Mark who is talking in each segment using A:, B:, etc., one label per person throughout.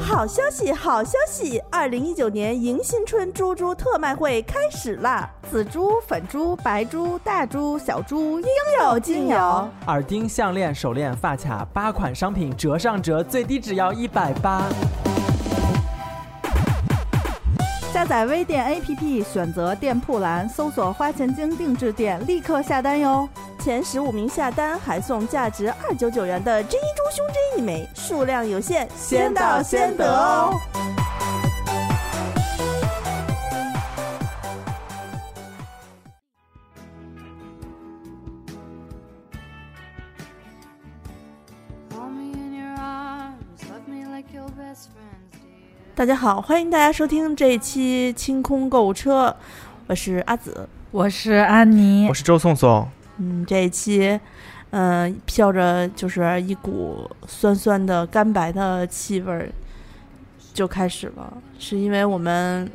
A: 好消息，好消息！二零一九年迎新春猪猪特卖会开始啦！
B: 紫珠、粉珠、白珠、大珠、小珠，应
A: 有
B: 有
A: 尽
B: 尽
A: 有
B: 有。
C: 耳钉、项链、手链、发卡，八款商品折上折，最低只要一百八。
B: 下载微店 APP，选择店铺栏，搜索“花钱精定制店”，立刻下单哟。
A: 前十五名下单还送价值二九九元的珍珠胸针一枚，数量有限，先到先得哦！
D: Hold me in your arms, love me like your best friends do.
A: 大家好，欢迎大家收听这一期清空购物车，我是阿紫。
E: 我是安妮
F: 我，是周颂颂，
A: 嗯，这一期，嗯、飘着就是一股酸酸的干白的气味儿，就开始了。是因为我们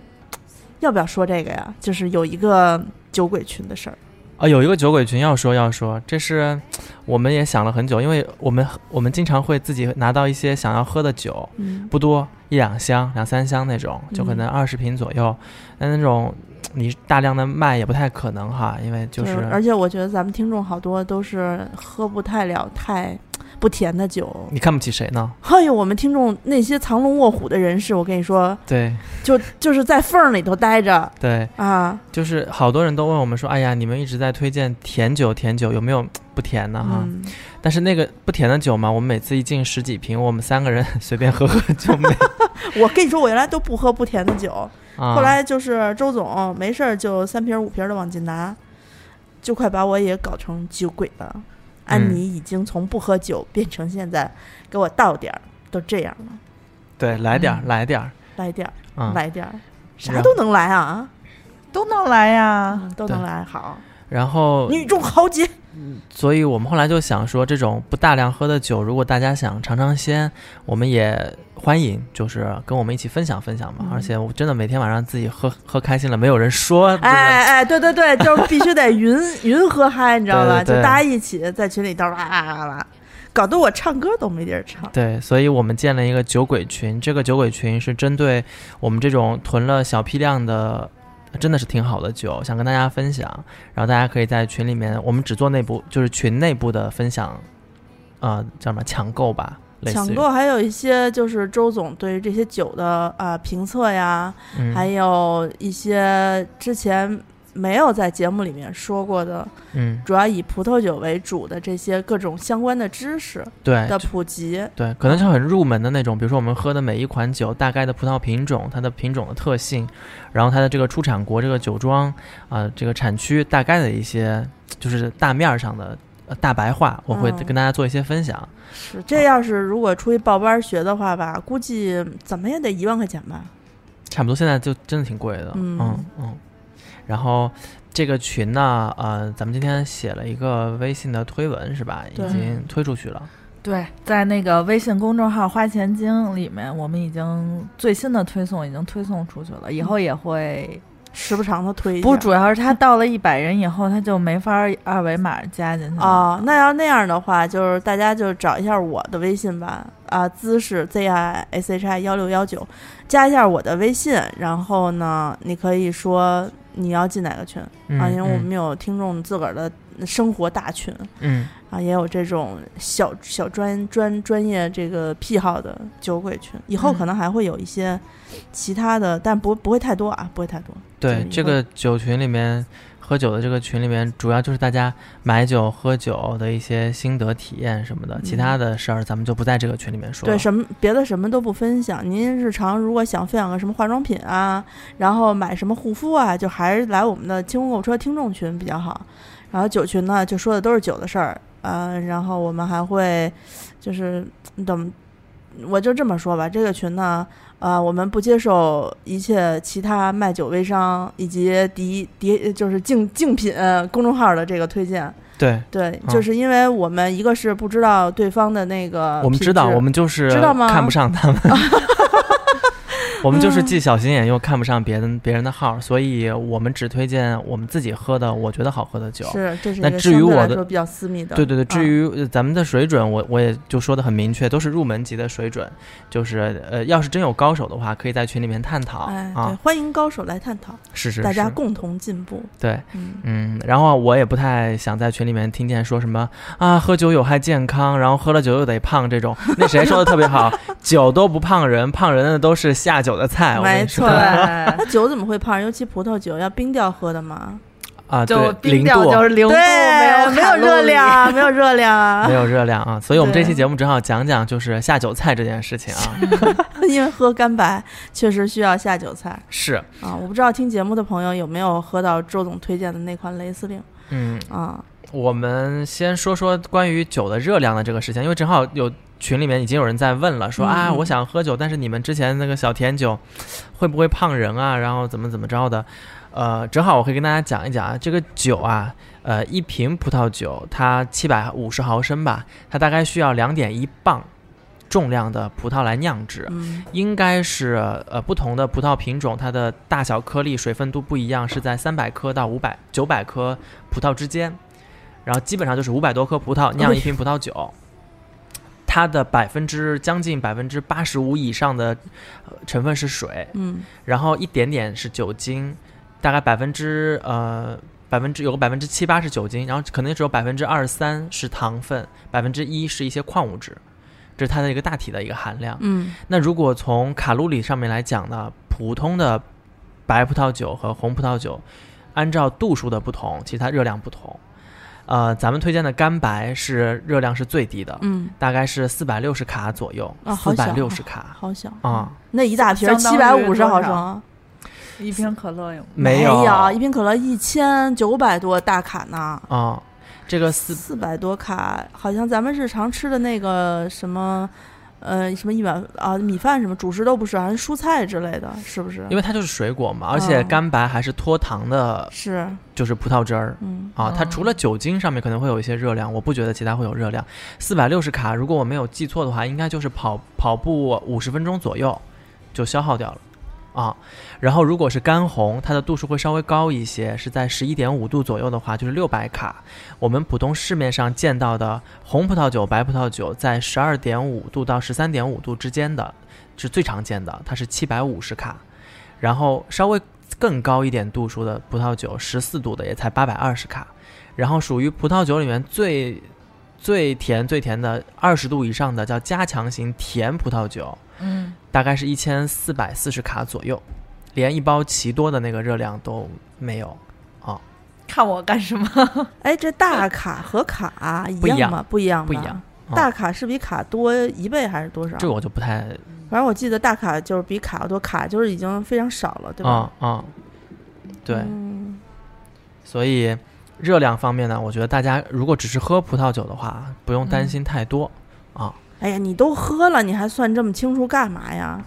A: 要不要说这个呀？就是有一个酒鬼群的事儿，
F: 啊，有一个酒鬼群要说要说，这是我们也想了很久，因为我们我们经常会自己拿到一些想要喝的酒，
A: 嗯，
F: 不多，一两箱、两三箱那种，就可能二十瓶左右。但那种你大量的卖也不太可能哈，因为就是
A: 而且我觉得咱们听众好多都是喝不太了太不甜的酒。
F: 你看不起谁呢？
A: 哎呦，我们听众那些藏龙卧虎的人士，我跟你说，
F: 对
A: 就就是在缝儿里头待着
F: 对，
A: 啊，
F: 就是好多人都问我们说，哎呀，你们一直在推荐甜酒，甜酒有没有不甜的哈？
A: 嗯，
F: 但是那个不甜的酒嘛，我们每次一进十几瓶，我们三个人 随便喝喝就没。
A: 我跟你说，我原来都不喝不甜的酒，
F: 啊、
A: 后来就是周总没事儿就三瓶儿五瓶的往进拿，就快把我也搞成酒鬼了。安
F: 嗯
A: 妮已经从不喝酒变成现在给我倒点儿，都这样了，
F: 对，来点儿，
E: 嗯
F: 来点儿，
A: 来点儿，
F: 嗯。
A: 来点儿，啥
F: 然
A: 都能来啊，
E: 都能来呀。
A: 嗯，都
F: 对
A: 能来，好，
F: 然后，
A: 女中豪 杰，
F: 所以我们后来就想说，这种不大量喝的酒，如果大家想尝尝鲜，我们也欢迎，就是跟我们一起分享分享嘛。
A: 嗯
F: 而且我真的每天晚上自己喝喝开心了，没有人说，
A: 哎哎哎，对对 对，就是必须得云 云喝嗨，你知道吧？
F: 对对对
A: 就大家一起在群里啊头哇哇哇哇，搞得我唱歌都没地儿唱。
F: 对，所以我们建了一个酒鬼群，这个酒鬼群是针对我们这种囤了小批量的，真的是挺好的酒，想跟大家分享。然后大家可以在群里面，我们只做内部，就是群内部的分享，啊、叫什么抢购吧，类似
A: 抢
F: 于
A: 购还有一些就是周总对于这些酒的啊、呃评测呀，
F: 嗯
A: 还有一些之前没有在节目里面说过的，
F: 嗯，
A: 主要以葡萄酒为主的这些各种相关的知识
F: 对
A: 的普及。
F: 对，可能就很入门的那种，比如说我们喝的每一款酒大概的葡萄品种、它的品种的特性，然后它的这个出产国、这个酒庄啊、这个产区大概的一些就是大面儿上的。呃大白话，我会
A: 嗯
F: 跟大家做一些分享。
A: 是，这要是如果出去报班学的话吧，估计怎么也得一万块钱吧。
F: 差不多现在就真的挺贵的，
A: 嗯
F: 嗯嗯然后这个群呢，呃，咱们今天写了一个微信的推文是吧？已
A: 对
F: 经推出去了。
E: 对，在那个微信公众号“花钱精”里面，我们已经最新的推送已经推送出去了，以后也会。
A: 时不常的推一下
E: 不，主要是它到了一百人以后，它就没法二维码加
F: 嗯
E: 进去了。
A: 啊、那要那样的话，就是大家就找一下我的微信吧，啊，姿势 Z I S H I 幺六幺九，加一下我的微信，然后呢，你可以说你要进哪个群、
F: 嗯
A: 啊，因为我们有听众自个儿的生活大群
F: 嗯
A: 啊，也有这种小小专专专业这个癖好的酒鬼群，以后
E: 嗯
A: 可能还会有一些其他的，但不不会太多啊，不会太多。
F: 对，这个酒群里面喝酒的这个群里面，主要就是大家买酒、喝酒的一些心得体验什么的，其他的事儿咱们就不在这个群里面说
A: 嗯
F: 了。
A: 对，什么别的什么都不分享。您日常如果想分享个什么化妆品啊，然后买什么护肤啊，就还是来我们的清空购物车听众群比较好。然后酒群呢，就说的都是酒的事儿，呃，然后我们还会就是等，我就这么说吧，这个群呢，呃，我们不接受一切其他卖酒微商以及敌敌就是竞竞品公众号的这个推荐。
F: 对，
A: 对，
F: 嗯
A: 就是因为我们一个是不知道对方的那个
F: 我们
A: 品
F: 知道，
A: 质
F: 我们就是
A: 知道吗
F: 看不上他们。我们
A: 嗯
F: 就是既小心眼又看不上别人别人的号，所以我们只推荐我们自己喝的，我觉得好喝的酒。
A: 是，这是一
F: 那
A: 个
F: 至
A: 相对
F: 于我
A: 来
F: 的
A: 说比较私密的。
F: 对对对，
A: 啊
F: 至于呃咱们的水准，我我也就说的很明确，都是入门级的水准。就是呃，要是真有高手的话，可以在群里面探讨、
A: 哎，对
F: 啊，。
A: 欢迎高手来探讨，
F: 是是是，
A: 大家共同进步。
F: 对，
A: 嗯，
F: 嗯，然后我也不太想在群里面听见说什么啊，喝酒有害健康，然后喝了酒又得胖这种。那谁说的特别好？ 酒都不胖人，胖人的都是下酒的菜。哎我跟
A: 没
F: 你
A: 错
F: 说
E: 对，
A: 那酒怎么会胖？尤其葡萄酒要冰掉喝的嘛，
F: 啊，
E: 就
F: 对，
E: 冰
F: 零
E: 掉
F: 度
E: 就是零度，
A: 对，
E: 没
A: 没
E: 有
A: 有热量啊， 没有热量啊
F: 没，有热量啊，所以我们
A: 对
F: 这期节目正好讲讲就是下酒菜这件事 情啊。
A: 因为喝干白确实需要下酒菜
F: 是，
A: 啊。我不知道听节目的朋友有没有喝到周总推荐的那款雷司令
F: 嗯，
A: 啊？
F: 我们先说说关于酒的热量的这个事情，因为正好有群里面已经有人在问了，说
A: 嗯
F: 啊，
A: 嗯
F: 我想喝酒，但是你们之前那个小甜酒会不会胖人啊？然后怎么怎么着的？呃，正好我可以跟大家讲一讲啊，这个酒啊，呃，一瓶葡萄酒它七百五十毫升吧，它大概需要两点一磅重量的葡萄来酿制。
A: 嗯，
F: 应该是呃不同的葡萄品种，它的大小颗粒、水分度不一样，是在三百颗到五百九百颗葡萄之间。然后基本上就是五百多颗葡萄酿一瓶葡萄酒，它的百分之将近百分之八十五以上的呃成分是水，
A: 嗯，
F: 然后一点点是酒精，大概百分之呃百分之有个百分之七八是酒精，然后可能只有百分之二三是糖分，百分之一是一些矿物质，这是它的一个大体的一个含量。
A: 嗯，
F: 那如果从卡路里上面来讲呢，普通的白葡萄酒和红葡萄酒，按照度数的不同，其实它热量不同。呃，咱们推荐的干白是热量是最低的，
A: 嗯，
F: 大概是四百六十卡左右，
A: 啊好
F: 四
A: 小
F: 百
A: 啊
F: 六十卡
A: 哦好小
F: 啊、
A: 那一大瓶
E: 相当
A: 七
E: 于
A: 百五十
E: 多
A: 毫
E: 少
A: 升啊，
E: 一瓶可乐有吗
F: 没有
A: 有一瓶可乐一千九百多大卡呢。
F: 啊、这个四
A: 四百多卡，好像咱们日常吃的那个什么，呃，什么一碗啊米饭什么主食都不是，好像蔬菜之类的，是不是？
F: 因为它就是水果嘛，而且
A: 嗯
F: 干白还是脱糖的，
A: 是，
F: 就是葡萄汁儿。
A: 嗯
F: 啊，它
E: 嗯
F: 除了酒精上面可能会有一些热量，我不觉得其他会有热量。四百六十卡，如果我没有记错的话，应该就是跑跑步五十分钟左右就消耗掉了啊。然后如果是干红，它的度数会稍微高一些，是在十一点五度左右的话，就是六百卡。我们普通市面上见到的红葡萄酒、白葡萄酒在十二点五度到十三点五度之间的是最常见的，它是七百五十卡。然后稍微更高一点度数的葡萄酒，十四度的也才八百二十卡，然后属于葡萄酒里面最最甜最甜的二十度以上的叫加强型甜葡萄酒，
E: 嗯，
F: 大概是一千四百四十卡左右，连一包奇多的那个热量都没有。
E: 看我干什么？
A: 哎，这大卡和卡一
F: 不一
A: 样
F: 样
A: 吗？不一样，
F: 不一样。啊
A: 大卡是比卡多一倍还是多少？
F: 这个我就不太
A: 反正我记得大卡就是比卡要多，卡就是已经非常少了，对吧？
F: 啊啊、对，
A: 嗯
F: 所以热量方面呢，我觉得大家如果只是喝葡萄酒的话，不用担心太多。
A: 哎呀，你都喝了，你还算这么清楚干嘛呀？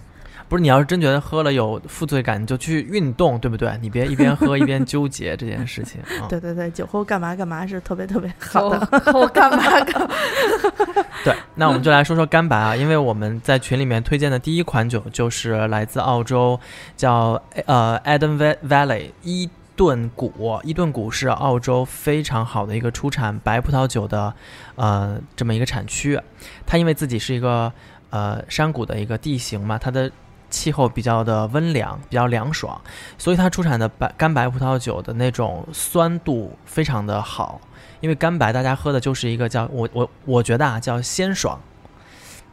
F: 不是你要是真觉得喝了有负罪感，你就去运动，对不对？你别一边喝一边纠结这件事情 啊。
A: 对对对，酒后干嘛干嘛是特别特别好的。
E: 我，我干嘛干嘛？
F: 对，那我们就来说说干白啊，因为我们在群里面推荐的第一款酒就是来自澳洲，叫呃 Eden Va- Valley 伊顿谷。伊顿谷是澳洲非常好的一个出产白葡萄酒的呃这么一个产区，它因为自己是一个呃山谷的一个地形嘛，它的。气候比较的温凉，比较凉爽，所以它出产的白干白葡萄酒的那种酸度非常的好，因为干白大家喝的就是一个叫我我我觉得啊叫鲜爽，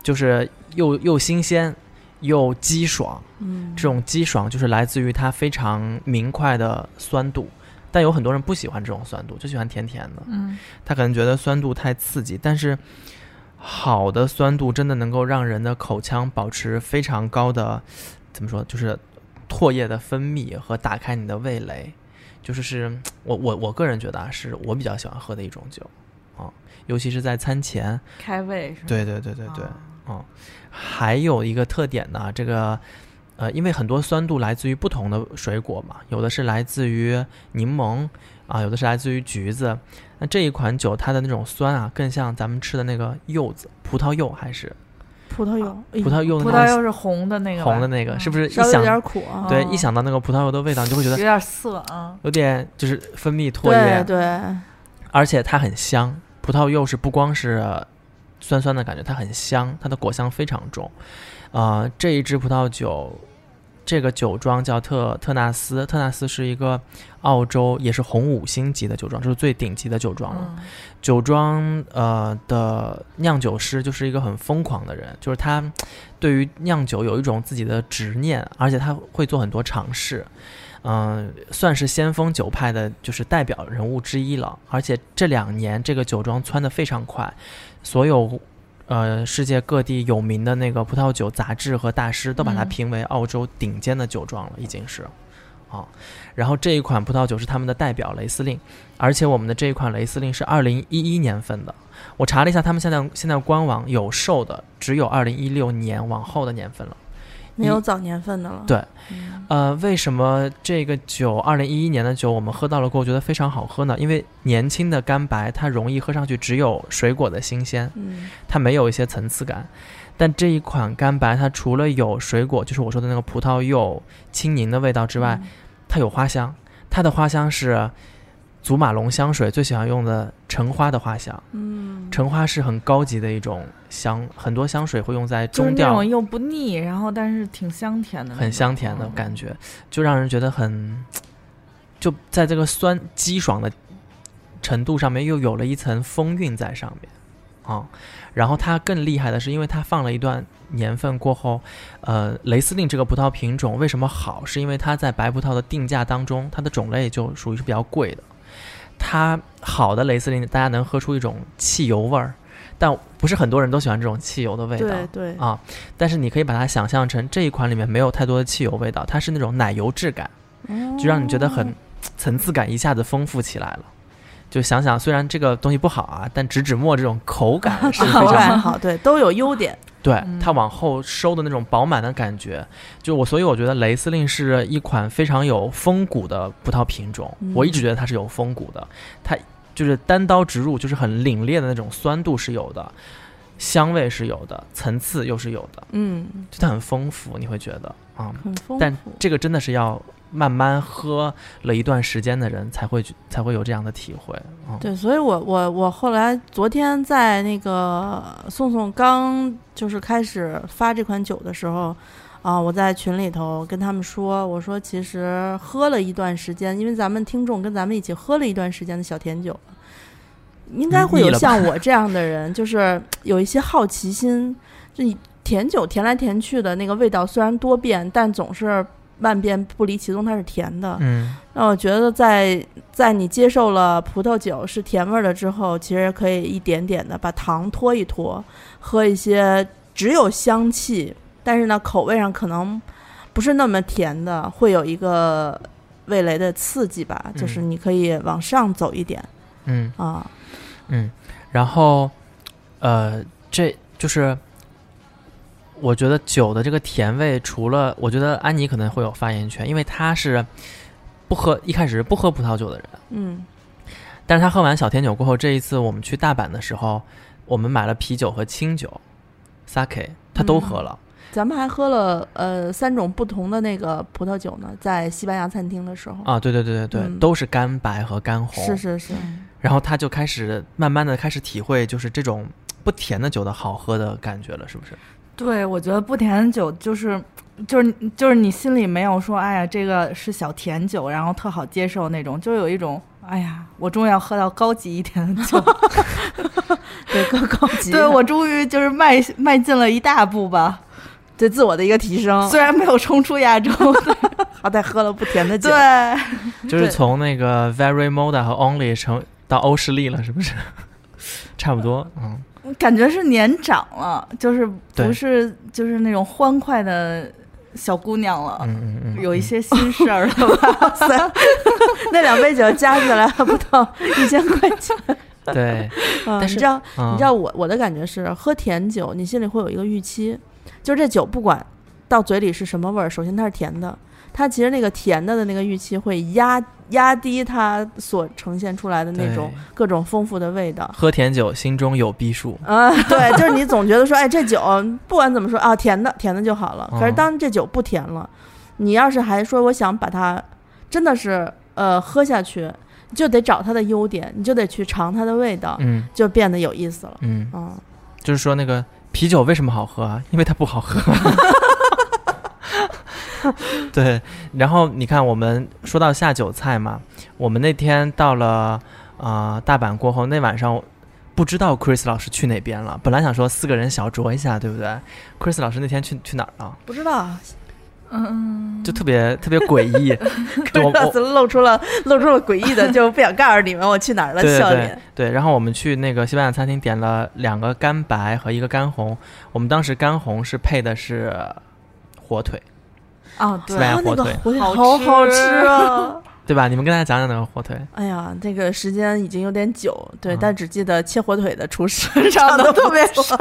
F: 就是又又新鲜又激爽，
A: 嗯，
F: 这种激爽就是来自于它非常明快的酸度。但有很多人不喜欢这种酸度，就喜欢甜甜的。
E: 嗯，
F: 他可能觉得酸度太刺激，但是好的酸度真的能够让人的口腔保持非常高的，怎么说，就是唾液的分泌和打开你的味蕾，就是是我我我个人觉得啊，是我比较喜欢喝的一种酒啊、尤其是在餐前。
E: 开胃是吧？
F: 对对对对对，
E: 啊
F: 嗯，还有一个特点呢，这个呃，因为很多酸度来自于不同的水果嘛，有的是来自于柠檬啊，有的是来自于橘子。那这一款酒它的那种酸啊，更像咱们吃的那个柚子，葡萄柚还是
A: 葡萄柚，
F: 葡萄柚的
E: 葡萄
F: 那
E: 柚是红的那
F: 个
E: 个吧，
F: 红的那个，是不是
A: 嗯
F: 一
A: 稍微有
F: 想
A: 点苦啊，
F: 对
E: 哦
F: 一想到那个葡萄柚的味道，你就会觉
E: 有
F: 得
E: 点涩啊？
F: 有点就是分泌唾液啊
A: 对，对，
F: 而且它很香。葡萄柚是不光是呃酸酸的感觉，它很香，它的果香非常重。啊、这一支葡萄酒，这个酒庄叫特特纳斯，特纳斯是一个澳洲也是红五星级的酒庄，这是最顶级的酒庄了。
E: 嗯，
F: 酒庄呃的酿酒师就是一个很疯狂的人，就是他对于酿酒有一种自己的执念，而且他会做很多尝试，嗯、算是先锋酒派的就是代表人物之一了。而且这两年这个酒庄窜得非常快，所有呃世界各地有名的那个葡萄酒杂志和大师都把它
E: 嗯
F: 评为澳洲顶尖的酒庄了，已经是啊、然后这一款葡萄酒是他们的代表雷司令。而且我们的这一款雷司令是二零一一年份的，我查了一下，他们现在现在官网有售的只有二零一六年往后的年份了。
A: 没有早年份的了。
F: 对
A: 嗯，
F: 呃，为什么这个酒二零一一年的酒我们喝到了过后觉得非常好喝呢？因为年轻的干白它容易喝上去只有水果的新鲜，
A: 嗯，
F: 它没有一些层次感。但这一款干白它除了有水果，就是我说的那个葡萄柚青柠的味道之外，
A: 嗯
F: 它有花香，它的花香是祖马龙香水最喜欢用的橙花的花香。
A: 嗯，
F: 橙花是很高级的一种香，很多香水会用在
E: 就是
F: 中
E: 那
F: 调
E: 种，又不腻，然后但是挺香甜的那种，嗯
F: 很香甜的感觉，就让人觉得很，就在这个酸激爽的程度上面又有了一层风韵在上面啊。然后它更厉害的是，因为它放了一段年份过后，呃，雷司令这个葡萄品种为什么好，是因为它在白葡萄的定价当中，它的种类就属于是比较贵的。它好的雷司令，大家能喝出一种汽油味儿，但不是很多人都喜欢这种汽油的味道。
A: 对对，
F: 啊，但是你可以把它想象成这一款里面没有太多的汽油味道，它是那种奶油质感，
A: 哦
F: 就让你觉得很层次感一下子丰富起来了。就想想，虽然这个东西不好啊，但直指墨这种口感 是非
A: 口
F: 常
A: 感好，对，都有优点。
F: 对它
E: 嗯
F: 往后收的那种饱满的感觉，就我所以我觉得雷司令是一款非常有风骨的葡萄品种，
A: 嗯
F: 我一直觉得它是有风骨的，它就是单刀直入，就是很凛冽的那种酸度是有的，香味是有的，层次又是有的，
A: 嗯，
F: 就它很丰富，你会觉得啊、
A: 很丰
F: 但
A: 富。
F: 这个真的是要慢慢喝了一段时间的人才会去才会有这样的体会啊。
A: 对，所以我我我后来昨天在那个宋宋刚就是开始发这款酒的时候，啊，我在群里头跟他们说，我说其实喝了一段时间，因为咱们听众跟咱们一起喝了一段时间的小甜酒，应该会有
F: 腻了吧
A: 像我这样的人，就是有一些好奇心，就你甜酒甜来甜去的那个味道虽然多变，但总是万变不离其宗，它是甜的。
F: 嗯，
A: 那我觉得在在你接受了葡萄酒是甜味儿了之后，其实可以一点点的把糖脱一脱，喝一些只有香气，但是呢口味上可能不是那么甜的，会有一个味蕾的刺激吧，
F: 嗯
A: 就是你可以往上走一点
F: 嗯
A: 啊。
F: 嗯，然后呃，这就是我觉得酒的这个甜味，除了我觉得安妮可能会有发言权，因为她是不喝一开始是不喝葡萄酒的人，
A: 嗯
F: 但是她喝完小甜酒过后，这一次我们去大阪的时候，我们买了啤酒和清酒，sake，她
A: 嗯
F: 都喝了。
A: 咱们还喝了呃三种不同的那个葡萄酒呢，在西班牙餐厅的时候，
F: 啊，对对对对对，
A: 嗯
F: 都是干白和干红，
A: 是是是，
F: 然后他就开始慢慢的开始体会，就是这种不甜的酒的好喝的感觉了，是不是？
E: 对，我觉得不甜的酒就是。就是就是你心里没有说，哎呀，这个是小甜酒，然后特好接受那种，就有一种，哎呀，我终于要喝到高级一点 的酒，
A: 对更高级，
E: 对我终于就是迈迈进了一大步吧，
A: 对自我的一个提升，
E: 虽然没有冲出 亚洲，
A: 好歹喝了不甜的酒。
E: 对，
F: 就是从那个 Very Moda 和 Only 成到欧诗丽了，是不是？ 差不
A: 呃
F: 多，嗯，
A: 啊
E: 感觉是年长了，就是
F: 对
E: 不是就是那种欢快的小姑娘了，
F: 嗯嗯嗯，
E: 有一些心事儿了吧？
A: 塞， 那两杯酒加起来还不到一千块 钱。
F: 嗯 对，
A: 嗯、
F: 但是
A: 你知道，
F: 嗯
A: 你知道我我的感觉是，喝甜酒你心里会有一个预期，就是这酒不管到嘴里是什么味儿，首先它是甜的，它其实那个甜的的那个预期会压压低它所呈现出来的那
F: 对
A: 种各种丰富的味道。
F: 喝甜酒，心中有逼数。
A: 啊， 对， 就是你总觉得说，哎，这酒不管怎么说啊，甜的甜的就好了。可是
F: 嗯
A: 当这酒不甜了，你要是还说我想把它，真的是呃喝下去，你就得找它的优点，你就得去尝它的味道，
F: 嗯
A: 就变得有意思了。
F: 嗯，
A: 嗯，
F: 就是说那个啤酒为什么好喝啊？因为它不好 喝。对，然后你看，我们说到下酒菜嘛，我们那天到了啊大阪过后，那晚上不知道 Chris 老师去哪边了。本来想说四个人小酌一下，对不对？Chris 老师那天去去哪儿了？
A: 不知道，啊
E: 嗯，
F: 就特别特别诡 异。对我
A: 上
F: 我
A: 次露出了露出了诡异的，就不想告诉你们我去哪儿了，
F: 对
A: 笑
F: 对
A: 脸。
F: 对，然后我们去那个西班牙餐厅点了两个干白和一个干红，我们当时干红是配的是火腿，
E: 哦，
F: 西班牙
E: 对
A: 啊，那
F: 火
A: 个
F: 腿
A: 火腿
E: 好
A: 好好
E: 吃
A: 吃 啊！
F: 对吧？你们跟大家讲讲那个火腿，
A: 哎呀，这个时间已经有点久，对，
F: 嗯
A: 但只记得切火腿的厨师 长得特别帅，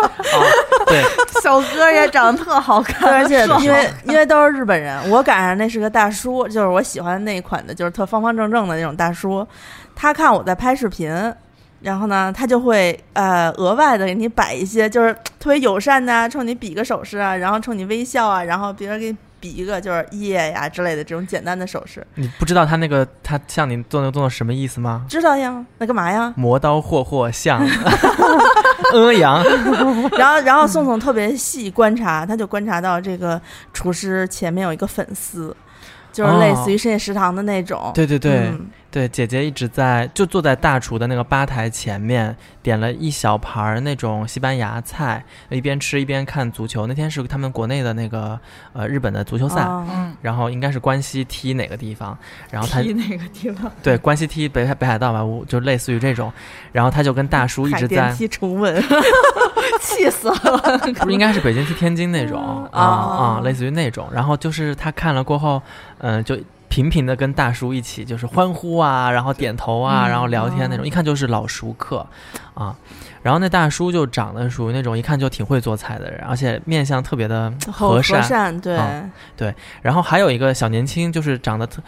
F: 对，
E: 小哥也长得特好
A: 对
E: 看，
A: 而且
F: 爽
A: 因为因为都是日本人，我赶上那是个大叔，就是我喜欢那一款的，就是特方方正正的那种大叔。他看我在拍视频，然后呢，他就会呃额外的给你摆一些，就是特别友善的、啊，冲你比个手势啊，然后冲你微笑啊，然后别人给你比一个就是耶呀之类的这种简单的手势，
F: 你不知道他那个他向你做那个动作什么意思吗？
A: 知道呀？那干嘛呀？
F: 磨刀霍霍向呃阳，
A: 然后，然后宋宋特别细观察，他就观察到这个厨师前面有一个粉丝，就是类似于深夜食堂的那种。
F: 对对对、
A: 嗯
F: 对，姐姐一直在就坐在大厨的那个吧台前面，点了一小盘儿那种西班牙菜，一边吃一边看足球。那天是他们国内的那个呃日本的足球赛。
A: 哦
E: 嗯，
F: 然后应该是关西踢哪个地方，然后他
E: 踢那个地方，
F: 对关西踢北海北海道吧，我就类似于这种，然后他就跟大叔一
A: 海
F: 直
A: 淀
F: 在，
A: 踢重温，
E: 气死了。
F: 不 是应该是北京踢天津那种
A: 哦
F: 啊啊、类似于那种，然后就是他看了过后，嗯、就频频的跟大叔一起就是欢呼啊，然后点头啊，
E: 嗯
F: 然后聊天那种，一看就是老熟客啊，然后那大叔就长得属于那种一看就挺会做菜的人，而且面相特别的
A: 和
F: 和善，
A: 善对，
F: 啊然后还有一个小年轻，就是长得特，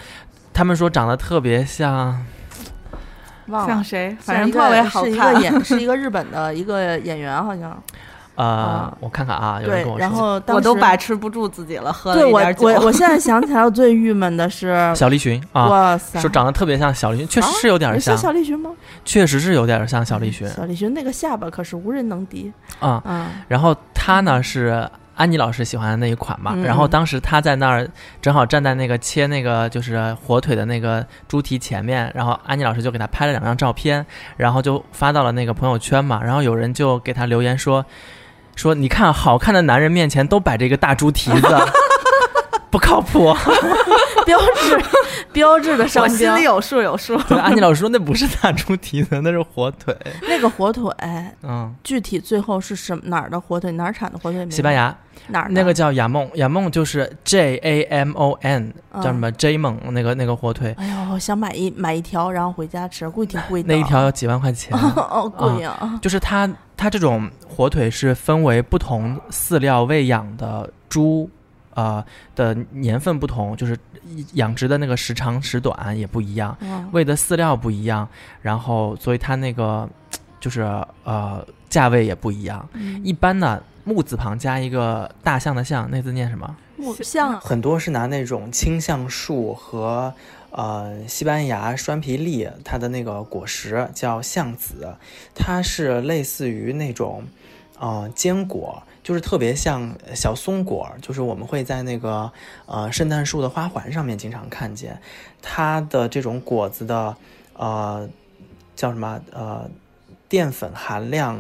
F: 他们说长得特别像。
A: 忘
E: 像
A: 了，
E: 谁？
A: 像
E: 反正
A: 一个
E: 特别好
A: 是一
E: 看
A: 个。演是一个日本的一个演员，好像
F: 呃
A: 啊，
F: 我看看啊，有人
A: 对
F: 跟。我
A: 然
F: 说，
A: 后当
E: 我都
A: 时
E: 把持不住自己了，喝
A: 对
E: 了一
A: 我
E: 点酒。
A: 我我现在想起来，我最郁闷的是，
F: 小栗旬啊，
A: 哇塞，
F: 说长得特别像小栗旬，确实是有点
A: 你是
F: 像，
A: 小栗旬吗？
F: 确实是有点像小栗旬
A: 小栗旬那个下巴可是无人能敌
F: 啊。
A: 啊！
F: 然后他呢是安妮老师喜欢的那一款嘛，
A: 嗯
F: 然后当时他在那儿正好站在那个切那个就是火腿的那个猪蹄前面，然后安妮老师就给他拍了两张照片，然后就发到了那个朋友圈嘛，然后有人就给他留言说说你看好看的男人面前都摆着一个大猪蹄 子。不靠谱，
A: 标志标志的商
E: 我心
A: 标
E: 里，有数有数。
F: 对安妮老师说那不是大猪蹄子，那是火腿。
A: 那个火腿
F: 嗯，
A: 具体最后是什么哪儿的火腿？哪儿产的火腿没？
F: 西班牙
A: 哪儿的
F: 那个？叫雅梦，雅梦就是 J A M O N，
A: 嗯
F: 叫什么 J 梦那个那个火腿，
A: 哎呦，我想买一买一条，然后回家吃，估计挺贵的。
F: 那一条要啊几万块钱。
A: 哦，贵呀！
F: 就是它它这种火腿是分为不同饲料喂养的猪。呃的年份不同，就是养殖的那个时长时短也不一样，
A: 嗯
F: 喂的饲料不一样，然后所以它那个就是呃价位也不一样。一般呢，木字旁加一个大象的象，那字念什么？
A: 木像
F: 很多是拿那种青橡树和呃西班牙栓皮栎它的那个果实叫橡子，它是类似于那种呃坚果，就是特别像小松果，就是我们会在那个呃圣诞树的花环上面经常看见它的这种果子的呃叫什么呃淀粉含量。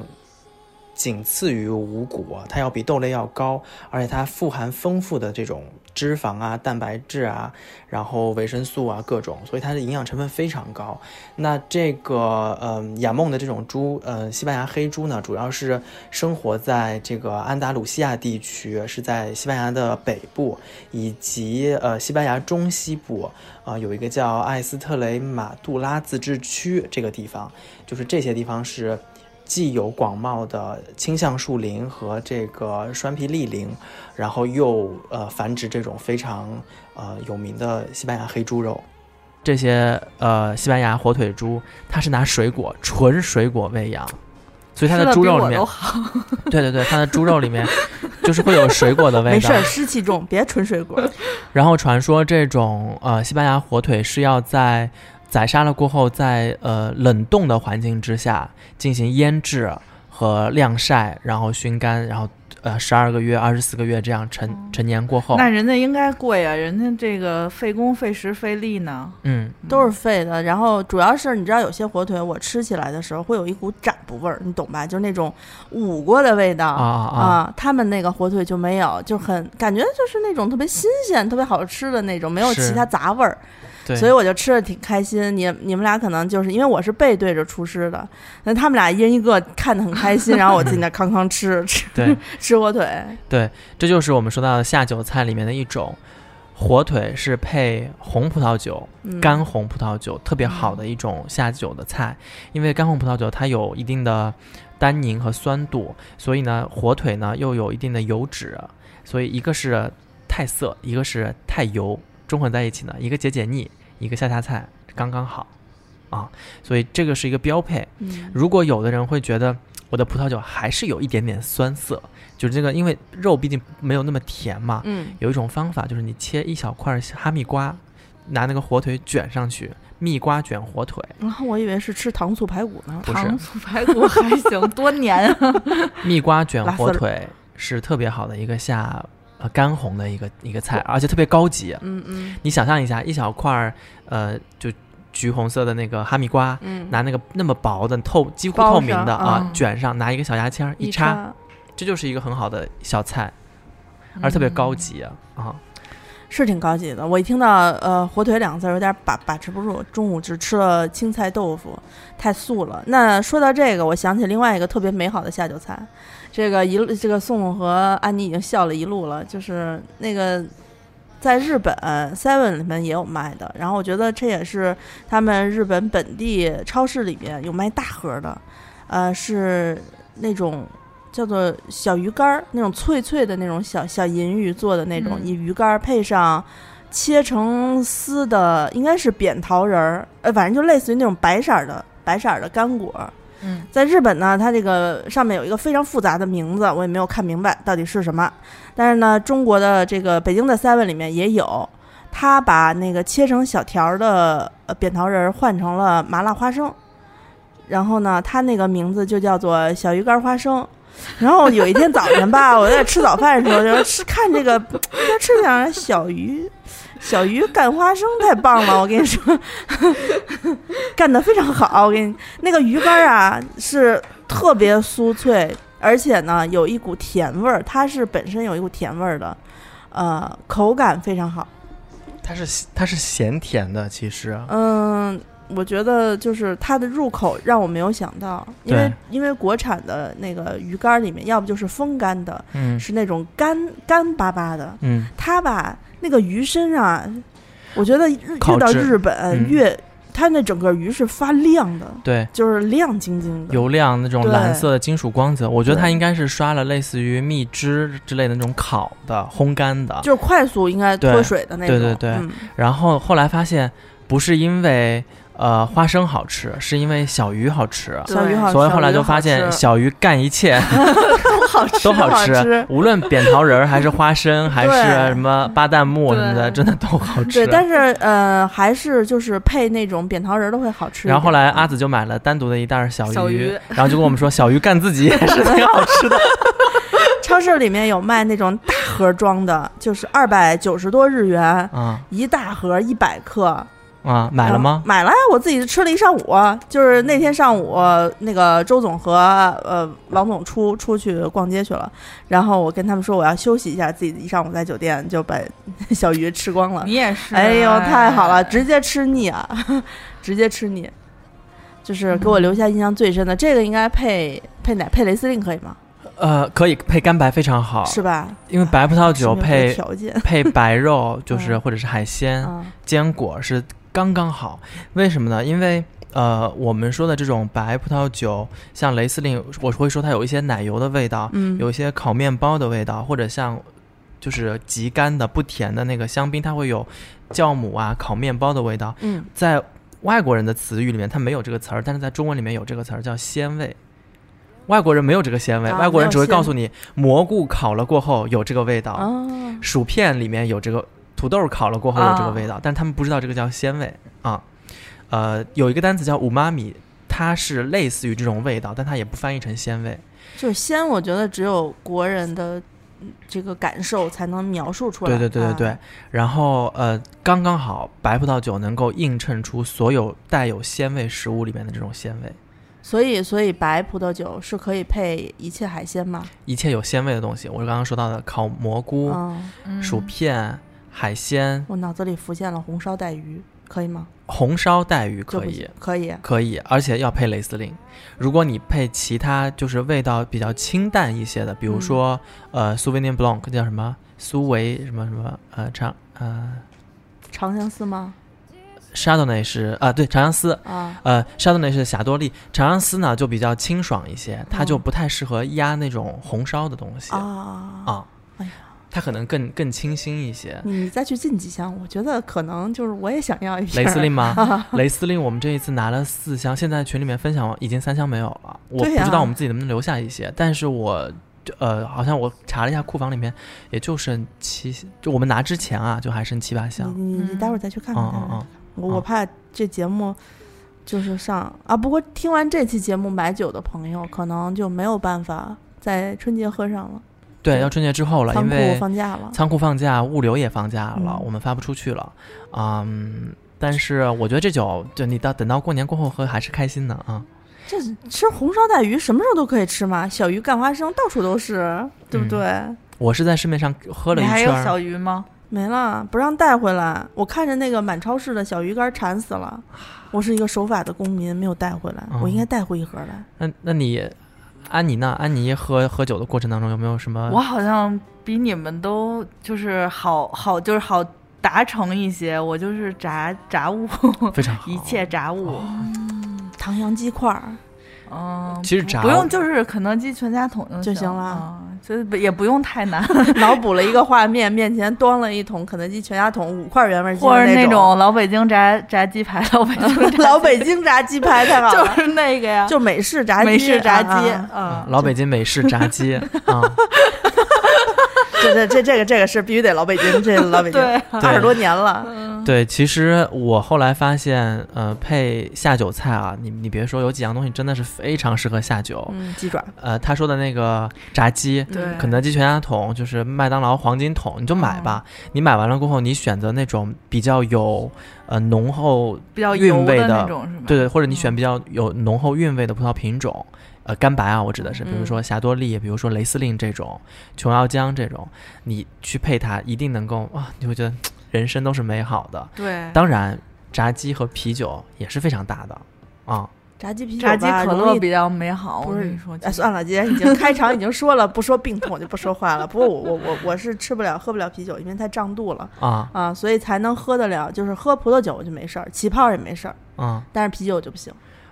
F: 仅次于五谷，它要比豆类要高，而且它富含丰富的这种脂肪啊、蛋白质啊，然后维生素啊各种，所以它的营养成分非常高。那这个嗯雅梦的这种猪，呃，西班牙黑猪呢，主要是生活在这个安达鲁西亚地区，是在西班牙的北部以及呃西班牙中西部啊、呃有一个叫艾斯特雷马杜拉自治区这个地方，就是这些地方是。既有广袤的青橡树林和这个栓皮栎林，然后又呃繁殖这种非常呃有名的西班牙黑猪肉。这些呃西班牙火腿猪，它是拿水果纯水果喂养，所以它的
E: 吃得
F: 猪
E: 比
F: 肉
E: 我
F: 里面
E: 都，好
F: 对对对，它的猪肉里面就是会有水果的味
A: 没
F: 道
A: 事，。儿，湿气重，别纯水 果。
F: 然后传说这种呃西班牙火腿是要在宰杀了过后，在呃冷冻的环境之下进行腌制和晾晒，然后熏干，然后呃十二个月、二十四个月这样成成年过后，
E: 那人家应该贵啊，人家这个费工费时费力呢。
F: 嗯，
A: 都是废的。然后主要是你知道，有些火腿我吃起来的时候会有一股展不味儿，你懂吧？就是那种捂过的味道
F: 啊啊啊
A: 啊他们那个火腿就没有，就很感觉就是那种特别新鲜、特别好吃的那种，没有
F: 是
A: 其他杂味儿。
F: 对，
A: 所以我就吃的挺开心。你你们俩可能就是因为我是背对着厨师的，那他们俩一人一个看的很开心，然后我自己那康康吃 吃
F: 对
A: 吃火腿，
F: 这就是我们说到的下酒菜里面的一种。火腿是配红葡萄酒，
A: 嗯、
F: 干红葡萄酒特别好的一种下酒的菜，因为干红葡萄酒它有一定的单宁和酸度，所以呢，火腿呢又有一定的油脂，所以一个是太涩，一个是太油，中混在一起呢，一个解解腻，一个下下菜，刚刚好啊，所以这个是一个标配。
A: 嗯
F: 如果有的人会觉得我的葡萄酒还是有一点点酸涩，就是这个，因为肉毕竟没有那么甜嘛，
A: 嗯
F: 有一种方法就是你切一小块哈密瓜，拿那个火腿卷上去，蜜瓜卷火腿，
A: 然后我以为是吃糖醋排骨呢，
F: 不是
E: 糖 醋排骨还行，多粘啊。
F: 蜜瓜卷
A: 拉丝
F: 火
A: 儿
F: 腿是特别好的一个下呃干红的一个一个菜，而且特别高级。
A: 嗯嗯
F: 你想象一下，一小块儿呃就橘红色的那个哈密瓜，
A: 嗯，
F: 拿那个那么薄的透几乎
A: 包
F: 透明
A: 上
F: 的啊、
E: 嗯
F: 卷上，拿一个小牙签儿一插，
A: 叉
F: 这就是一个很好的小菜，而特别高级啊。啊
A: 是挺高级的。我一听到呃火腿两个字儿，有点把把持不住。中午只吃了青菜豆腐，太素了。那说到这个，我想起另外一个特别美好的下酒菜，这个一路这个宋宋和安妮已经笑了一路了，就是那个。在日本 Seven 里面也有卖的，然后我觉得这也是他们日本本地超市里面有卖大盒的，呃，是那种叫做小鱼干儿，那种脆脆的那种小小银鱼做的那种，
E: 嗯
A: 以鱼干儿配上切成丝的，应该是扁桃仁儿，呃，反正就类似于那种白色儿的白色儿的干果。
E: 嗯，
A: 在日本呢，它这个上面有一个非常复杂的名字，我也没有看明白到底是什么。但是呢，中国的这个北京的 Seven 里面也有，他把那个切成小条儿的呃扁桃仁儿换成了麻辣花生，然后呢，它那个名字就叫做小鱼干花生。然后有一天早晨吧，我在吃早饭的时候，就说吃看这个，要吃点儿小鱼，小鱼干花生太棒了，我跟你说， 干得非常好，我跟你那个鱼干儿啊是特别酥脆，而且呢有一股甜味儿，它是本身有一股甜味儿的，呃，口感非常好。
F: 它是它是咸甜的，其实
A: 嗯，我觉得就是它的入口让我没有想到，因为因为国产的那个鱼干儿里面，要不就是风干的，
F: 嗯
A: 是那种干干巴巴的，
F: 嗯，
A: 它吧那个鱼身啊，我觉得日
F: 烤
A: 越到
F: 制
A: 日本
F: 嗯
A: 越、它那整个鱼是发亮的，
F: 对。
A: 就是亮晶晶的。
F: 油亮那种
A: 对
F: 蓝色的金属光泽，我觉得它
A: 对
F: 应该是刷了类似于蜜汁之类的那种烤的烘干的。
A: 就是快速应该脱
F: 对
A: 水的那种。
F: 对对对
A: 嗯、
F: 然后后来发现，不是因为呃花生好吃，是因为小鱼好吃。
E: 对
A: 小鱼好吃。
F: 所以后来就发
A: 小鱼
F: 现
A: 好吃
F: 小鱼干一切
A: 都好吃，
F: 都好
A: 好
F: 吃，。无论扁桃仁儿还是花生还是
A: 对
F: 什么巴旦木什么的，
E: 对
F: 真的都好吃
A: 对，。但是呃，还是就是配那种扁桃仁儿都会好吃一点。
F: 然后后来阿紫就买了单独的一袋儿小
E: 小
F: 鱼
E: 鱼，
F: 然后就跟我们说小鱼干自己 也是挺好吃的。
A: 超市里面有卖那种大盒装的，就是二百九十多日元
F: 啊
A: 一大盒，一百克。
F: 啊，买了吗
A: 嗯？买了呀，我自己吃了一上午。就是那天上午，那个周总和呃王总出出去逛街去了，然后我跟他们说我要休息一下，自己一上午在酒店就把 小鱼吃光了。
E: 你也是。啊
A: 哎呦，太好了，直接吃腻啊， 直接吃腻。就是给我留下印象最深的，这个应该配配奶配雷司令可以吗？
F: 呃，可以配干白非常好，
A: 是吧？
F: 因为白葡萄
A: 啊是
F: 酒
A: 没有这个
F: 配
A: 条件
F: 配白 肉，就是
A: 嗯
F: 或者是海鲜、
A: 啊，
F: 坚果是刚刚好。为什么呢？因为呃，我们说的这种白葡萄酒，像雷司令，我会说它有一些奶油的味道，
A: 嗯，
F: 有一些烤面包的味道，或者像。就是极干的不甜的那个香槟，它会有酵母啊、烤面包的味道。
A: 嗯，
F: 在外国人的词语里面，它没有这个词儿，但是在中文里面有这个词儿叫鲜味。外国人没有这个鲜味，
A: 啊
F: 外国人只会
A: 没有鲜
F: 告诉你蘑菇烤了过后有这个味道，
A: 哦，
F: 薯片里面有这个，土豆烤了过后有这个味道，但他们不知道这个叫鲜味啊。呃，有一个单词叫五妈米，它是类似于这种味道，但它也不翻译成鲜味。
A: 就是鲜，我觉得只有国人的嗯这个感受才能描述出来。
F: 对对对对对。
A: 啊
F: 然后呃，刚刚好白葡萄酒能够映衬出所有带有鲜味食物里面的这种鲜味，
A: 所以所以白葡萄酒是可以配一切海鲜嘛？
F: 一切有鲜味的东西，我刚刚说到的烤蘑菇、
A: 嗯，
F: 薯片、海鲜、
A: 我脑子里浮现了红烧带鱼，可以吗？
F: 红烧带鱼
A: 这
F: 可
A: 不
F: 以
A: 行，，可以。
F: 可以，而且要配蕾丝令。如果你配其他就是味道比较清淡一些的，
A: 嗯
F: 比如说、呃苏维尼 blanc 叫什么苏维什么什么呃长呃
A: 长相思吗？
F: Chardonnay 是啊对长相思。
A: 啊，
F: 呃，Chardonnay 是霞多丽，长相思呢就比较清爽一些，它就
A: 嗯
F: 不太适合压那种红烧的东西
A: 啊，
F: 啊
A: 哎呀
F: 它可能更更清新一 些。
A: 你再去进几箱，我觉得可能 就是我也想要一瓶
F: 雷司
A: 儿
F: 令 吗？ 雷司令，我们这一次拿了四箱，现在群里面分享已经三箱没有了。我不
A: 对呀
F: 知道我们自己能不能留下一些，但是我呃，好像我查了一下库房里面，也就剩七，就我们拿之前啊，就还剩七八箱。
A: 你你你待会儿再去看看。
F: 嗯
A: 待会
F: 嗯
A: 儿
F: 嗯，
A: 我我
F: 啊
A: 怕这节目就是上啊，不过听完这期节目买酒的朋友，可能就没有办法在春节喝上了，
F: 对，
A: 对
F: 要春节之后了，
A: 仓
F: 因
A: 库
F: 为
A: 放假了。
F: 仓库放假，物流也放假了，
A: 嗯
F: 我们发不出去了。嗯，但是我觉得这酒，就你到等到过年过后喝还是开心的啊。
A: 这吃红烧带鱼什么时候都可以吃嘛，小鱼干花生到处都是，对不
F: 嗯
A: 对？
F: 我是在市面上喝了
E: 你
F: 一
E: 还
F: 圈
E: 有
F: 儿，
E: 小鱼吗？
A: 没了，不让带回来。我看着那个满超市的小鱼干馋死了。我是一个守法的公民，没有带回来，
F: 嗯
A: 我应该带回一盒来。
F: 那那你，安妮呢？安妮喝喝酒的过程当中有没有什么？
E: 我好像比你们都就是好好就是好达成一些，我就是炸炸物，
F: 非常好，哦
E: 一切炸物，
A: 糖扬鸡块儿，
E: 嗯，
F: 其实炸
E: 不用就是肯德基全家桶
A: 就
E: 就
A: 行了
E: 嗯就是不也不用太 难，
A: 脑补了一个画面，面前端了一桶肯德基全家桶五块原味鸡的
E: 或者那
A: 种
E: 种老北京炸炸 鸡排，老北京炸
A: 老北京炸鸡排 太好
E: 就
A: 了，
E: 是那个呀，
A: 就美式炸鸡，
E: 美式炸鸡，
A: 啊啊
F: 啊
E: 嗯，
F: 老北京美式炸 鸡啊，
A: 这这这这个这个是必须得老北京，这老北京
E: 对嗯
A: 二十多年了，
F: 对。其实我后来发现，呃，配下酒菜啊，你你别说，有几样东西真的是非常适合下酒。
A: 嗯，鸡爪，
F: 呃，他说的那个炸鸡。
E: 对，
F: 嗯肯德基全家桶就是麦当劳黄金桶，你就买吧。
E: 哦
F: 你买完了过后，你选择那种比较有呃浓厚
E: 比较
F: 韵
E: 油
F: 味
E: 的那
F: 的
E: 种是吗？
F: 对对，或者你选比较有浓厚韵味的葡萄品种，呃，干白啊，我指的是，比如说霞多丽，比如说雷司令这种，琼瑶浆这种，你去配它，一定能够哇，你会觉得人生都是美好的。
E: 对，
F: 当然，炸鸡和啤酒也是非常搭的啊。
A: 炸鸡啤酒
E: 炸
A: 吧
E: 鸡可
A: 容
E: 乐
A: 易
E: 比较美好，我
A: 不是
E: 跟你说，
A: 哎，算了，既然已 经开场已经说了，不说病痛我就不说话了。不过我我我我是吃不了喝不了啤酒，因为太胀肚了
F: 啊
A: 啊，所以才能喝得了。就是喝葡萄酒我就没事儿，起泡也没事儿，
F: 啊
A: 但是啤酒就不行。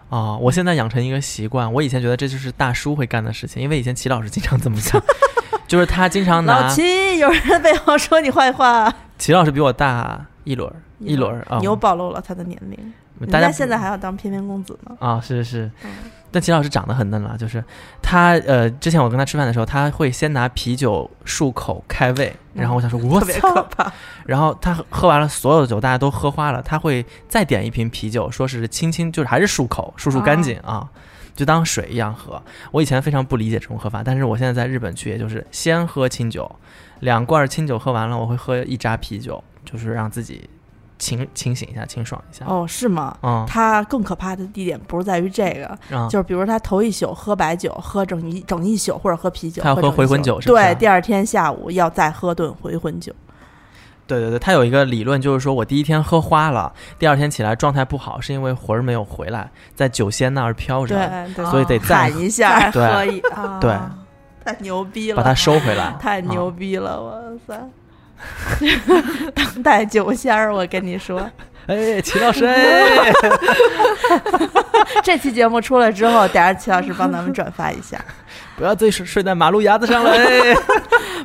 F: 啊！我现在养成一个习惯，我以前觉得这就是大叔会干的事情，因为以前齐老师经常这么干， 就是他经常
A: 老
F: 拿
A: 齐，有人在背后说你坏话，
F: 齐老师比我大一轮儿一轮儿啊，
A: 你又暴露了他的年龄。
F: 大
A: 人
F: 家
A: 家
F: 不
A: 现在还要当翩翩公子呢。
F: 啊、是是
A: 嗯，
F: 但齐老师长得很嫩了，就是他呃，之前我跟他吃饭的时候，他会先拿啤酒漱口开胃，然后我想说，我
A: 嗯特别可
F: 操，
A: 怕，
F: 然后他喝喝完了所有的酒，大家都喝花了，他会再点一瓶啤酒，说是轻轻就是还是漱口，漱漱干净
A: 哦
F: 啊。就当水一样喝。我以前非常不理解这种喝法，但是我现在在日本去，也就是先喝清酒，两罐清酒喝完了，我会喝一扎啤酒，就是让自己清清醒一下，清爽一下。
A: 哦，是吗？
F: 嗯，
A: 他更可怕的地点不是在于这个，
F: 嗯
A: 就是比如他头一宿喝白酒，喝整一整一宿，或者喝啤酒，
F: 他要喝
A: 整一宿
F: 回魂酒是不是
A: 对，第二天下午要再喝顿回魂酒。
F: 对对对，他有一个理论，就是说我第一天喝花了，第二天起来状态不好，是因为魂儿没有回来，在酒仙那儿飘着，
A: 对对，
F: 啊所以得再
A: 喊一下，
E: 再哦 喝一啊，
F: 对
A: 太牛逼
F: 把啊它
A: 了，
F: 收回 来。
A: 太牛逼了，哇塞！ 当代酒仙儿，我跟你说，
F: 哎，齐老师，哎
A: 这期节目出来之 后，得让齐老师帮咱们转发一下，
F: 不要自己睡睡在马路牙子上了。哎，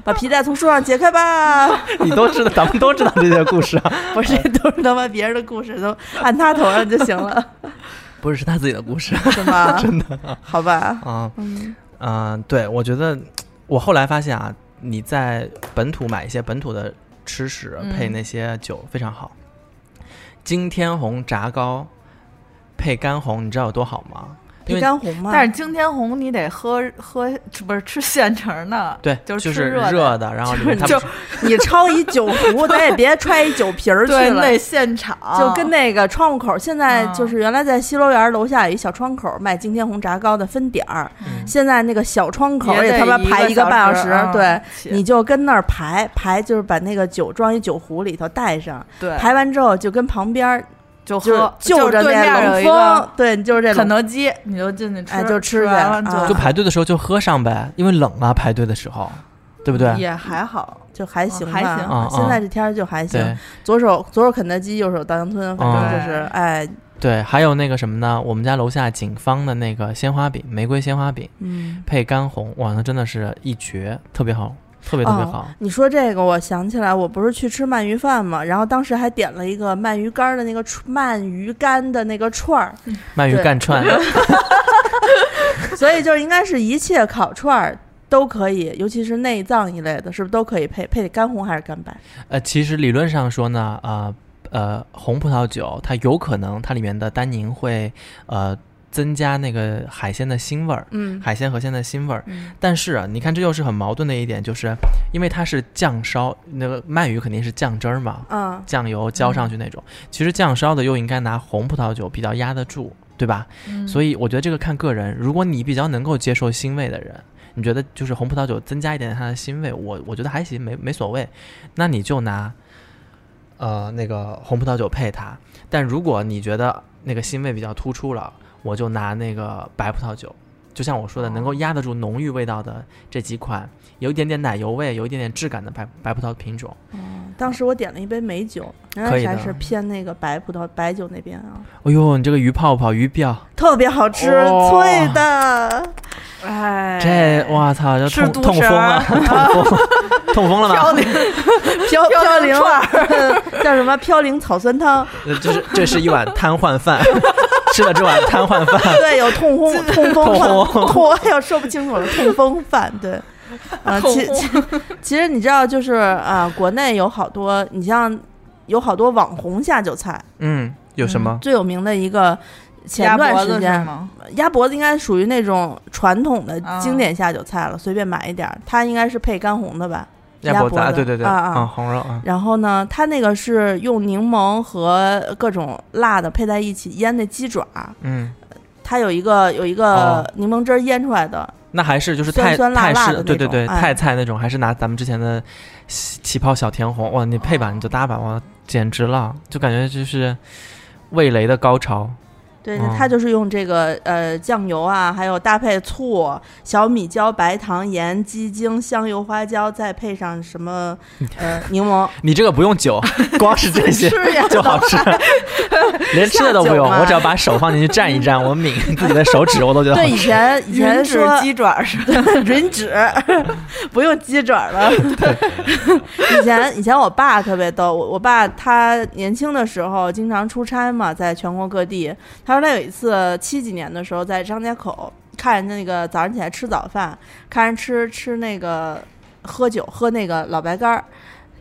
A: 把皮带从树上解开吧。
F: 你都知道，咱们都知道这些故事啊，
A: 不是，都是他妈别人的故事，都按他头上就行 了，
F: 不是是他自己的故事
A: 是吗？真的，好吧，
F: 啊。
A: 嗯，
F: 嗯、对，我觉得我后来发现啊，你在本土买一些本土的吃食，
E: 嗯
F: 配那些酒非常好。惊天红炸糕配干红，你知道有多好吗？因
A: 皮
F: 为
A: 干红嘛，
E: 但是惊天红你得喝喝，不是吃现成的，
F: 对，
E: 就是
F: 就
E: 吃
F: 是
E: 热的
F: 热的，然后里面它
A: 就
F: 不是
A: 你抄一酒壶， 咱也别揣一酒瓶儿去
E: 对，你
A: 了。啊
E: 得现场，
A: 就跟那个窗户口，现在
E: 啊
A: 就是原来在西楼园楼下有一小窗口卖惊天红炸糕的分点儿，
F: 嗯
A: 现在那个小窗口
E: 也
A: 也
E: 得
A: 他妈
E: 一个
A: 排一个半小时，
E: 小时
A: 对
E: 嗯，
A: 你就跟那儿排排，就是把那个酒装一酒壶里头带上，
E: 对
A: 排完之后就跟旁边儿
E: 哎就
A: 就是
E: 喝，
A: 就着
E: 对面
A: 那
E: 有
A: 冷
E: 一个
A: 风，对，你就是这
E: 肯
A: 冷
E: 德基，你就进去吃，
A: 哎就吃
E: 吃完
A: 去
E: 了
A: 啊
F: 就排队的时候就喝上呗，因为冷啊，排队的时候，对不对？
E: 也还好，
A: 就还行吧，
E: 哦还行
F: 啊啊
A: 现在这天儿就还行。
F: 对
A: 左手左手肯德基，右手稻香村，反正就是、
E: 嗯
A: 哎，
F: 对，还有那个什么呢？我们家楼下警方的那个鲜花饼，玫瑰鲜花饼
A: 嗯。
F: 配干红，哇，那真的是一绝，特别好，特别特
E: 哦
F: 别好。
A: 你说这个，我想起来，我不是去吃鳗鱼饭嘛，然后当时还点了一个鳗鱼干儿的那个串鳗鱼干的那个串 儿，
F: 鳗鱼
A: 对
F: 干串，
A: 所以就应该是一切烤串儿都可以，尤其是内脏一类的，是不是都可以配？配干红还是干白？
F: 呃，其实理论上说呢，呃呃，红葡萄酒它有可能它里面的单宁会呃增加那个海鲜的腥味儿，
A: 嗯
F: 海鲜河鲜的腥味儿。
A: 嗯
F: 但是啊，你看这又是很矛盾的一点，就是因为它是酱烧，那个鳗鱼肯定是酱汁儿嘛，
A: 啊，
F: 酱油浇上去那种。
A: 嗯
F: 其实酱烧的又应该拿红葡萄酒比较压得住，对吧？
E: 嗯
F: 所以我觉得这个看个人，如果你比较能够接受腥味的人，你觉得就是红葡萄酒增加一点它的腥味，我我觉得还行，没没所谓。那你就拿呃那个红葡萄酒配它。但如果你觉得那个腥味比较突出了，我就拿那个白葡萄酒。就像我说的，能够压得住浓郁味道的这几款，有一点点奶油味，有一点点质感的白白葡萄品种，
A: 当时我点了一杯美酒，原
F: 可
A: 来
F: 以的
A: 还是偏那个白葡萄白酒那边啊，
F: 哎呦，你这个鱼泡泡、鱼鳔，
A: 特别好吃，
F: 哦
A: 脆 的。
E: 哎，
F: 这哇操，就
E: 吃
F: 痛
E: 毒
F: 痛
E: 蛇
F: 风了，痛 风，痛风了吧？
A: 飘飘零
E: 零
A: 串儿， 叫什么飘零草酸 汤？
F: 呃这是这是一碗瘫痪 饭，吃了这碗瘫痪饭，
A: 对，有痛风 痛风
F: 痛
A: 饭，
F: 风
A: 痛哎呦说不清楚了，痛风饭 对。啊，
E: 痛
A: 其其其实你知道，就是啊，国内有好多，你像有好多网红下酒菜，
F: 嗯，有什么？
A: 最有名的一个前
E: 鸭
A: 段
E: 脖
A: 时
E: 子是
A: 间
E: 吗？
A: 鸭脖子应该属于那种传统的
E: 啊
A: 经典下酒菜了，随便买一点儿，它应该是配干红的吧？鸭
F: 鸭脖子啊，
A: 脖子
F: 对对对，
A: 啊啊
F: 嗯红肉啊，
A: 然后呢，它那个是用柠檬和各种辣的配在一起腌那鸡爪，
F: 嗯，
A: 它有一个有一个
F: 哦嗯
A: 柠檬汁儿腌出来的，
F: 那还是就是
A: 酸
F: 泰
A: 酸辣
F: 泰
A: 辣的
F: 式，对
A: 那
F: 对
A: 种
F: 对，
A: 哎
F: 泰菜那种，还是拿咱们之前的起起泡小甜红，哇，你配吧，你就搭吧，哇，简直了，就感觉就是味蕾的高潮，
A: 对，
F: 嗯
A: 它就是用这个呃酱油啊，还有搭配醋、小米椒、白糖、盐、鸡精、香油、花椒，再配上什么 呃柠檬，
F: 你这个不用 酒，光是这些
A: 吃呀
F: 就好吃， 连吃的都不用
A: 下酒，嘛
F: 我只要把手放进去蘸一 蘸，我抿自己的手指，我都觉得好
A: 对，以
F: 吃。
A: 前以前
E: 吮指
A: 说
E: 鸡 爪是吧？
A: 吮指，不用鸡爪了。 以前以前我爸特别逗，我我爸他年轻的时候经常出差嘛，在全国各地。他说他有一次七几年的时候在张家口看人家那个早上起来吃早饭，看人吃吃那个喝酒喝那个老白干儿，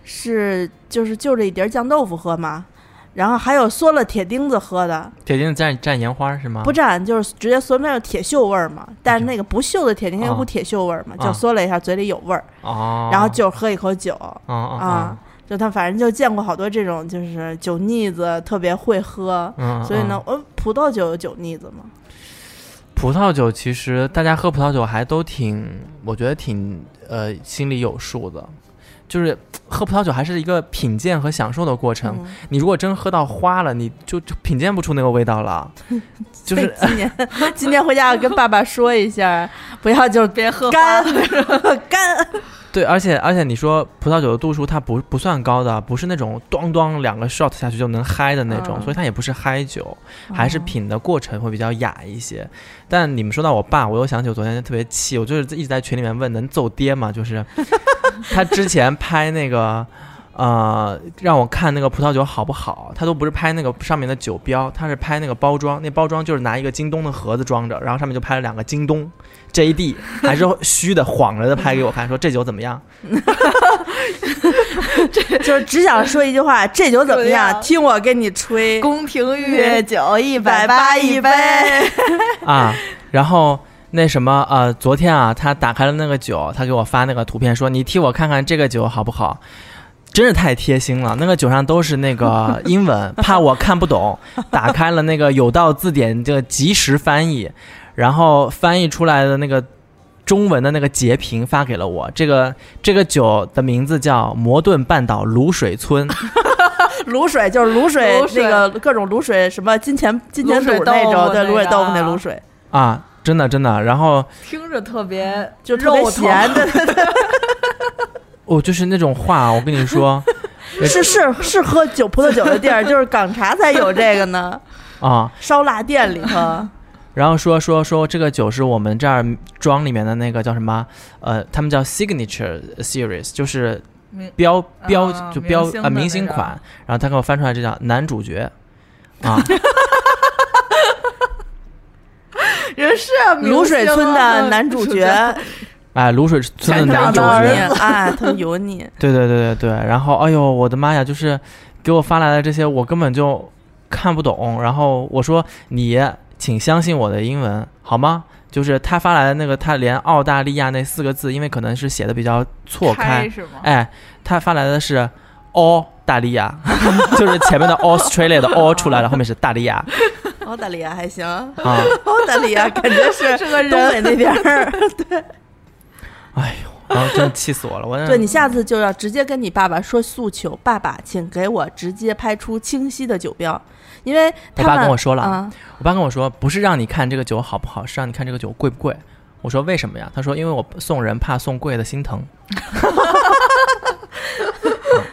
A: 是就是就着一碟酱豆腐喝嘛。然后还有嗦了铁钉子喝的，
F: 铁钉蘸蘸盐花是吗？
A: 不蘸，就是直接嗦，那有铁锈味儿嘛。但是那个不锈的铁，应该有股
F: 啊
A: 铁锈味儿嘛，就
F: 啊
A: 嗦了一下，嘴里有味儿，
F: 哦，
A: 然后就喝一口酒
F: 哦哦
A: 啊。就他反正就见过好多这种，就是酒腻子特别会喝，
F: 嗯，
A: 所以
F: 嗯
A: 呢，，我葡萄酒有酒腻子嘛，
F: 葡萄酒其实大家喝葡萄酒还都挺，我觉得挺呃心里有数的，就是嘖喝葡萄酒还是一个品鉴和享受的过程。
A: 嗯
F: 你如果真喝到花了，你就就品鉴不出那个味道 了，就
A: 所以
F: 是
A: 今年今年回家要跟爸爸说一下，不要就
E: 别喝
A: 干
E: 花
A: 干，
F: 对，而且而且你说葡萄酒的度数它不不算高的，不是那种咣咣两个 shot 下去就能嗨的那种，
A: 嗯
F: 所以它也不是嗨酒，还是品的过程会比较雅一些。但你们说到我爸，我又想起我昨天特别气，我就是一直在群里面问能揍爹吗？就是他之前拍那个，呃，让我看那个葡萄酒好不好，他都不是拍那个上面的酒标，他是拍那个包装，那包装就是拿一个京东的盒子装着，然后上面就拍了两个京东 JD，还是虚的晃着的拍给我看，说这酒怎么样？
A: 就是只想说一句话：这酒怎么
E: 怎么
A: 样？
E: 样
A: 听我跟你吹。
E: 宫 廷御酒一百
A: 八
E: 八一杯，
F: 啊，然后那什么呃，昨天啊，他打开了那个酒，他给我发那个图片说，你替我看看这个酒好不好。真是太贴心了，那个酒上都是那个英文，怕我看不懂，打开了那个有道字典的即时翻译，然后翻译出来的那个中文的那个截屏发给了我。这个这个酒的名字叫摩顿半岛卤水村，
A: 卤水就是卤水，
E: 卤水
A: 那个各种卤水，什么金钱金钱肚
E: 卤水豆
A: 那
E: 腐
A: 种，对，
E: 那
A: 卤水
E: 个
A: 豆腐那卤水，
F: 啊，真的真的。然后
E: 听着特别
A: 就特别
E: 肉疼
A: 咸，对对对，
F: 我、哦就是那种话，啊我跟你 说
A: 是是是喝酒葡萄酒的地儿，就是港茶才有这个呢，
F: 啊，
A: 烧腊店里头，
F: 然后说说说这个酒是我们这儿庄里面的那个叫什么？呃，他们叫 signature series，就是
E: 明
F: 标
E: 啊
F: 标、就标
E: 明星
F: 呃
E: 的
F: 明
E: 那
F: 星
E: 个
F: 款。然后他给我翻出来这叫男主角 啊，
E: 人是 明星啊嗯
A: 卤水村的男主 角，
F: 哎，卤水村的
E: 全
F: 男
E: 场
F: 主
E: 都
A: 油
E: 是
A: 腻
F: 角，
A: 啊，特油腻，
F: 对对对对对。然后哎呦我的妈呀，就是给我发来的这些我根本就看不懂。然后我说你请相信我的英文好吗？就是他发来的那个，他连澳大利亚那四个字，因为可能是写的比较错开
E: 是吗？
F: 哎，他发来的是澳大利亚， 就是前面的 Australia 的 a 出来了，后面是大利亚
A: 澳大利亚还行，
F: 啊。
A: 澳大利亚感 觉是
E: 这个
A: 东北
E: 人嗯
A: 那边 儿。
F: 哎然后真气死我了，我
A: 对你下次就要直接跟你爸爸说诉求，爸爸，请给我直接拍出清晰的酒标，因为他
F: 我爸
A: 们
F: 跟我说了
A: 啊，
F: 我爸跟我说，不是让你看这个酒好不好，是让你看这个酒贵不贵。我说为什么呀？他说因为我送人怕送贵的心疼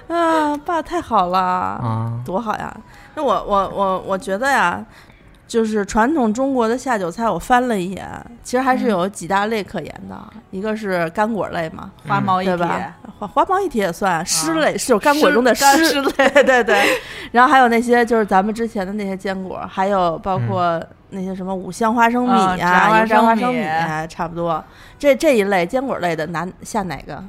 A: 啊，爸太好了，
F: 啊。
A: 多好呀！那我我我我觉得呀，就是传统中国的下酒菜，我翻了一眼，其实还
E: 嗯
A: 是有几大类可言的，一个是干果类嘛，
E: 花毛一
A: 嗯对
E: 撇啊
A: 吧，？花花毛一体也算湿类，是有干果中的
E: 干
A: 湿， 对对 对。然后还有那些就是咱们之前的那些坚果，还有包括那些什么五香花生米
E: 嗯啊炸
A: 啊、
E: 花
A: 油炸花
E: 生
A: 生
E: 米
A: 米啊，差不多。这这一类坚果类的，拿下哪个？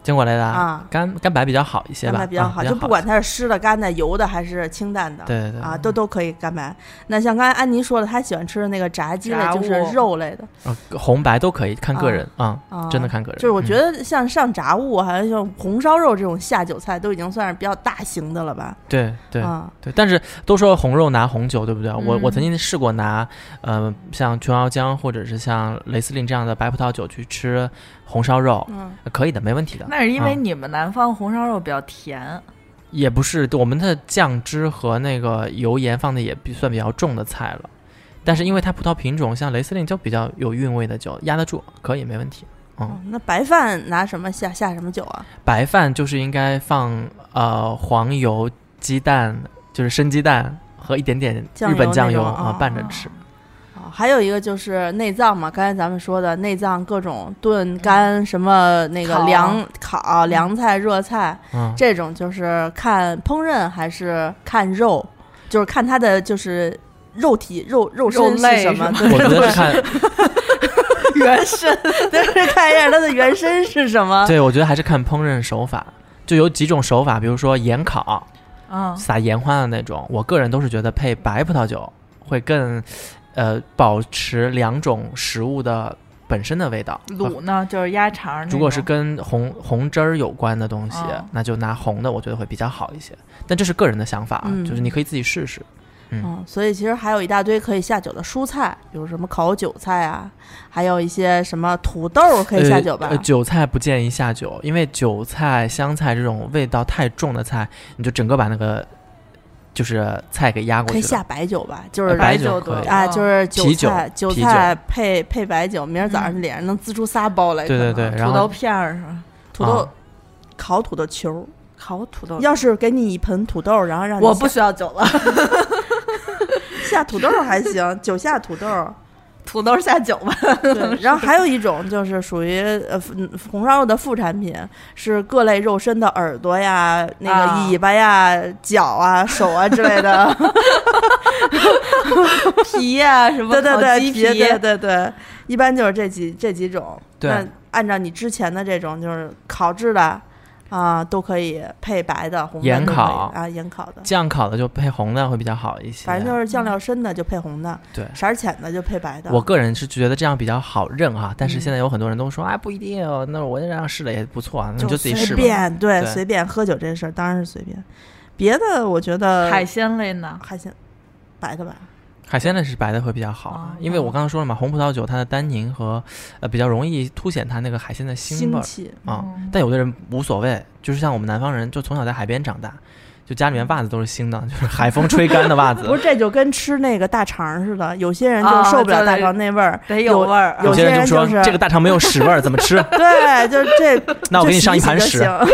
F: 坚果类的
A: 啊
F: 干干白比较好一些
A: 干
F: 吧，
A: 白比较
F: 啊
A: 好，就不管它是湿的、干的、油的还是清淡的，
F: 对对对
A: 啊，都都可以干白。那像刚才安妮说的，她喜欢吃的那个炸鸡类
E: 炸，物
A: 就是肉类的
F: 啊红白都可以，看个人啊，
A: 啊，
F: 真的。看个人。
A: 就是我觉
F: 嗯
A: 得像上炸物，好像像红烧肉这种下酒菜，都已经算是比较大型的了吧？
F: 对对
A: 啊，
F: 对，但是都说红肉拿红酒，对不对？我我
E: 嗯
F: 曾经试过拿，呃，像琼瑶浆或者是像雷司令这样的白葡萄酒去吃红烧肉，
A: 嗯，
F: 呃可以的，没问题的。
E: 那是因为
F: 啊
E: 你们南方红烧肉比较甜，
F: 也不是我们的酱汁和那个油盐放的也比算比较重的菜了，但是因为它葡萄品种像雷司令就比较有韵味的酒，压得住，可以没问题。
A: 哦那白饭拿什么下下什么酒啊？
F: 白饭就是应该放呃黄油、鸡蛋，就是生鸡蛋和一点点
A: 酱
F: 日本
A: 油
F: 酱
A: 那
F: 油
A: 种
F: 啊、
A: 哦
F: 拌着吃。
A: 啊，还有一个就是内脏嘛，刚才咱们说的内脏各种炖、干什么那个
E: 烤
A: 凉烤、啊凉菜、热菜，
F: 嗯，
A: 这种就是看烹饪还是看肉，就是看它的就是肉体肉肉身
E: 肉类
A: 是什么，
E: 是
A: 对，
F: 嗯我觉得是看
E: 原生
A: 就是看一下它的原身是什么。
F: 对，我觉得还是看烹饪手法，就有几种手法，比如说盐烤、
E: 啊，
F: 撒盐花的那种，我个人都是觉得配白葡萄酒会更，呃，保持两种食物的本身的味道。
E: 卤呢就是鸭肠儿那种。
F: 如果是跟红红汁儿有关的东西，
E: 哦
F: 那就拿红的，我觉得会比较好一些。但这是个人的想法啊，
A: 嗯
F: 就是你可以自己试试。
A: 嗯，所以其实还有一大堆可以下酒的蔬菜，比如什么烤韭菜啊，还有一些什么土豆可以下酒吧
F: 呃呃？韭菜不建议下酒，因为韭菜、香菜这种味道太重的菜，你就整个把那个就是菜给压过
A: 可
F: 去
A: 以
F: 了。
A: 下白酒吧，就是
F: 呃白
E: 酒
F: 可
E: 多
F: 以
A: 啊，
E: 嗯
A: 就是韭
F: 啤酒
A: 菜，韭
F: 啤
A: 菜配配白酒，明儿早上脸上能滋出仨包来。
F: 对
A: 可
F: 对
A: 能
F: 对，然
E: 土豆
F: 后
E: 片儿是吧？
A: 土豆
F: 啊
A: 烤土豆球儿，
E: 烤土豆，
A: 要是给你一盆土豆，然后让你
E: 我不
A: 下
E: 需要酒了。
A: 下土豆还行，酒下土豆，
E: 土豆下酒 吧。
A: 对，然后还有一种就是属于呃嗯红烧肉的副产品，是各类肉身的耳朵呀、那
E: 啊
A: 个尾巴呀、脚啊、手啊之类的。
E: 皮呀、什么
A: 对对
E: 烤
A: 对，
E: 鸡
A: 皮，对对对，一般就是这几这几种。
F: 对
A: 那按照你之前的这种，就是烤制的啊，都可以配白的、红的
F: 盐
A: 都可以
F: 烤
A: 啊，盐烤的。
F: 酱烤的就配红的会比较好一些。
A: 反正就是酱料深的就配红的，
F: 对
A: 色儿浅的就配白的。嗯
F: 我个人是觉得这样比较好认哈，但是现在有很多人都说，哎，不一定哦，那我这样试了也不错啊，那你就自己试
A: 随
F: 吧。
A: 便，对，
F: 对
A: 随便喝酒这事儿当然是随便，别的我觉得
E: 海鲜类呢？
A: 还行，白的吧，
F: 海鲜类是白的会比较好啊
E: 哦，
F: 因为我刚刚说了
A: 嗯
F: 嘛，红葡萄酒它的单宁和呃比较容易凸显它那个海鲜的腥味
A: 腥
F: 儿
A: 气。
F: 啊
E: 嗯。
F: 但有的人无所谓，就是像我们南方人，就从小在海边长大，就家里面袜子都是腥 的，就是海风吹干的袜子
A: 不。是，这就跟吃那个大肠似的，有些人就
E: 啊
A: 受不了
E: 对
A: 大肠那味儿。
E: 得有 味儿啊，
A: 有
F: 些人说
A: 有些人就是啊
F: 这个大肠没有屎味儿，怎么 吃？
A: 对，就这，
F: 那我
A: 就
F: 给你上一
A: 洗洗
F: 盘
A: 就
F: 屎
A: 行。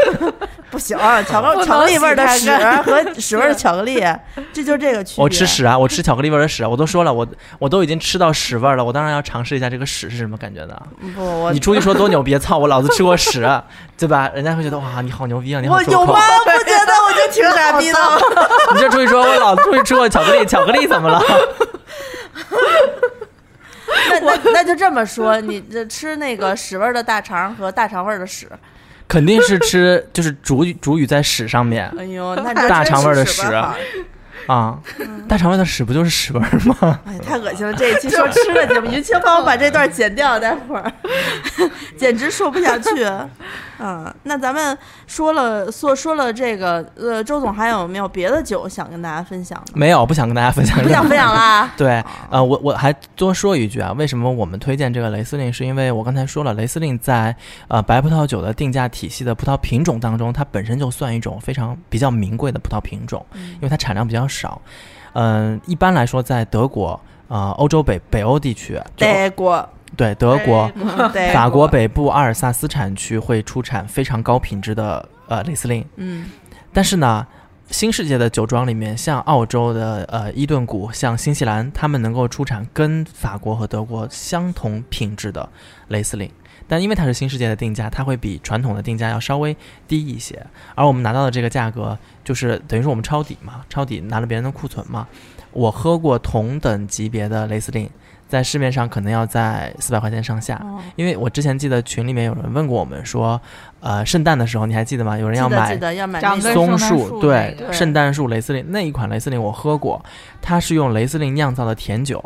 A: 不行，巧克
E: 不
A: 巧克
E: 能
A: 力味儿的屎
E: 洗大肠
A: 和屎味儿的巧克力，这就是这个区别。
F: 我吃屎啊！我吃巧克力味儿的屎，我都说了，我我都已经吃到屎味儿了，我当然要尝试一下这个屎是什么感觉的啊。
A: 不，我
F: 你出去说多牛逼，操我老子吃过屎，啊 对吧？人家会觉得哇，你好牛逼啊，你好
A: 我
F: 受
A: 有
F: 控
A: 吗？？我不觉得，我就 挺傻逼的。
F: 你就出去说我老子出去吃过巧克力，巧克力 怎么了？
A: 那那那就这么说，你这吃那个屎味儿的大肠和大肠味儿的屎，
F: 肯定是吃，就是主语主语在屎上面
A: 哎 呦，那你就
F: 大
A: 真
F: 肠
A: 是
F: 味儿的
A: 屎吧
F: 屎
A: 好
F: 啊。
A: 嗯
F: 大肠味的屎不就是屎味儿吗？
A: 哎，太恶心了！这一期
F: 啊
A: 说吃的节目，云清帮我把这段剪掉，待会儿 简直说不下去。嗯，那咱们说了说说了这个，呃，周总还有没有别的酒想跟大家分享的？
F: 没有，不想跟大家分享。。
A: 不想分享啦
F: 对，呃，我我还多说一句啊，为什么我们推荐这个雷司令？是因为我刚才说了，雷司令在呃白葡萄酒的定价体系的葡萄品种当中，它本身就算一种非常比较名贵的葡萄品种，因为它产量比较少。嗯、一般来说，在德国、呃欧洲北北欧地区，就
A: 德国，
F: 对德国、
A: 对
F: 法国，北部阿尔萨斯产区会出产非常高品质的呃雷司令。
A: 嗯，
F: 但是呢，新世界的酒庄里面，像澳洲的呃伊顿谷，像新西兰，他们能够出产跟法国和德国相同品质的雷司令。但因为它是新世界的定价，它会比传统的定价要稍微低一些，而我们拿到的这个价格，就是等于说我们抄底嘛，抄底拿了别人的库存嘛。我喝过同等级别的雷司令，在市面上可能要在四百块钱上下，
A: 哦
F: 因为我之前记得群里面有人问过我们说，呃，圣诞的时候你还记得吗？有人
A: 记
F: 要
A: 得记
F: 买
A: 得要买
E: 长
A: 那
E: 跟
A: 种
F: 松
E: 根圣诞
F: 树，
E: 树
F: 对
E: 那，
A: 个
F: 圣诞树雷司令那一款雷司令我喝过，它是用雷司令酿造的甜酒，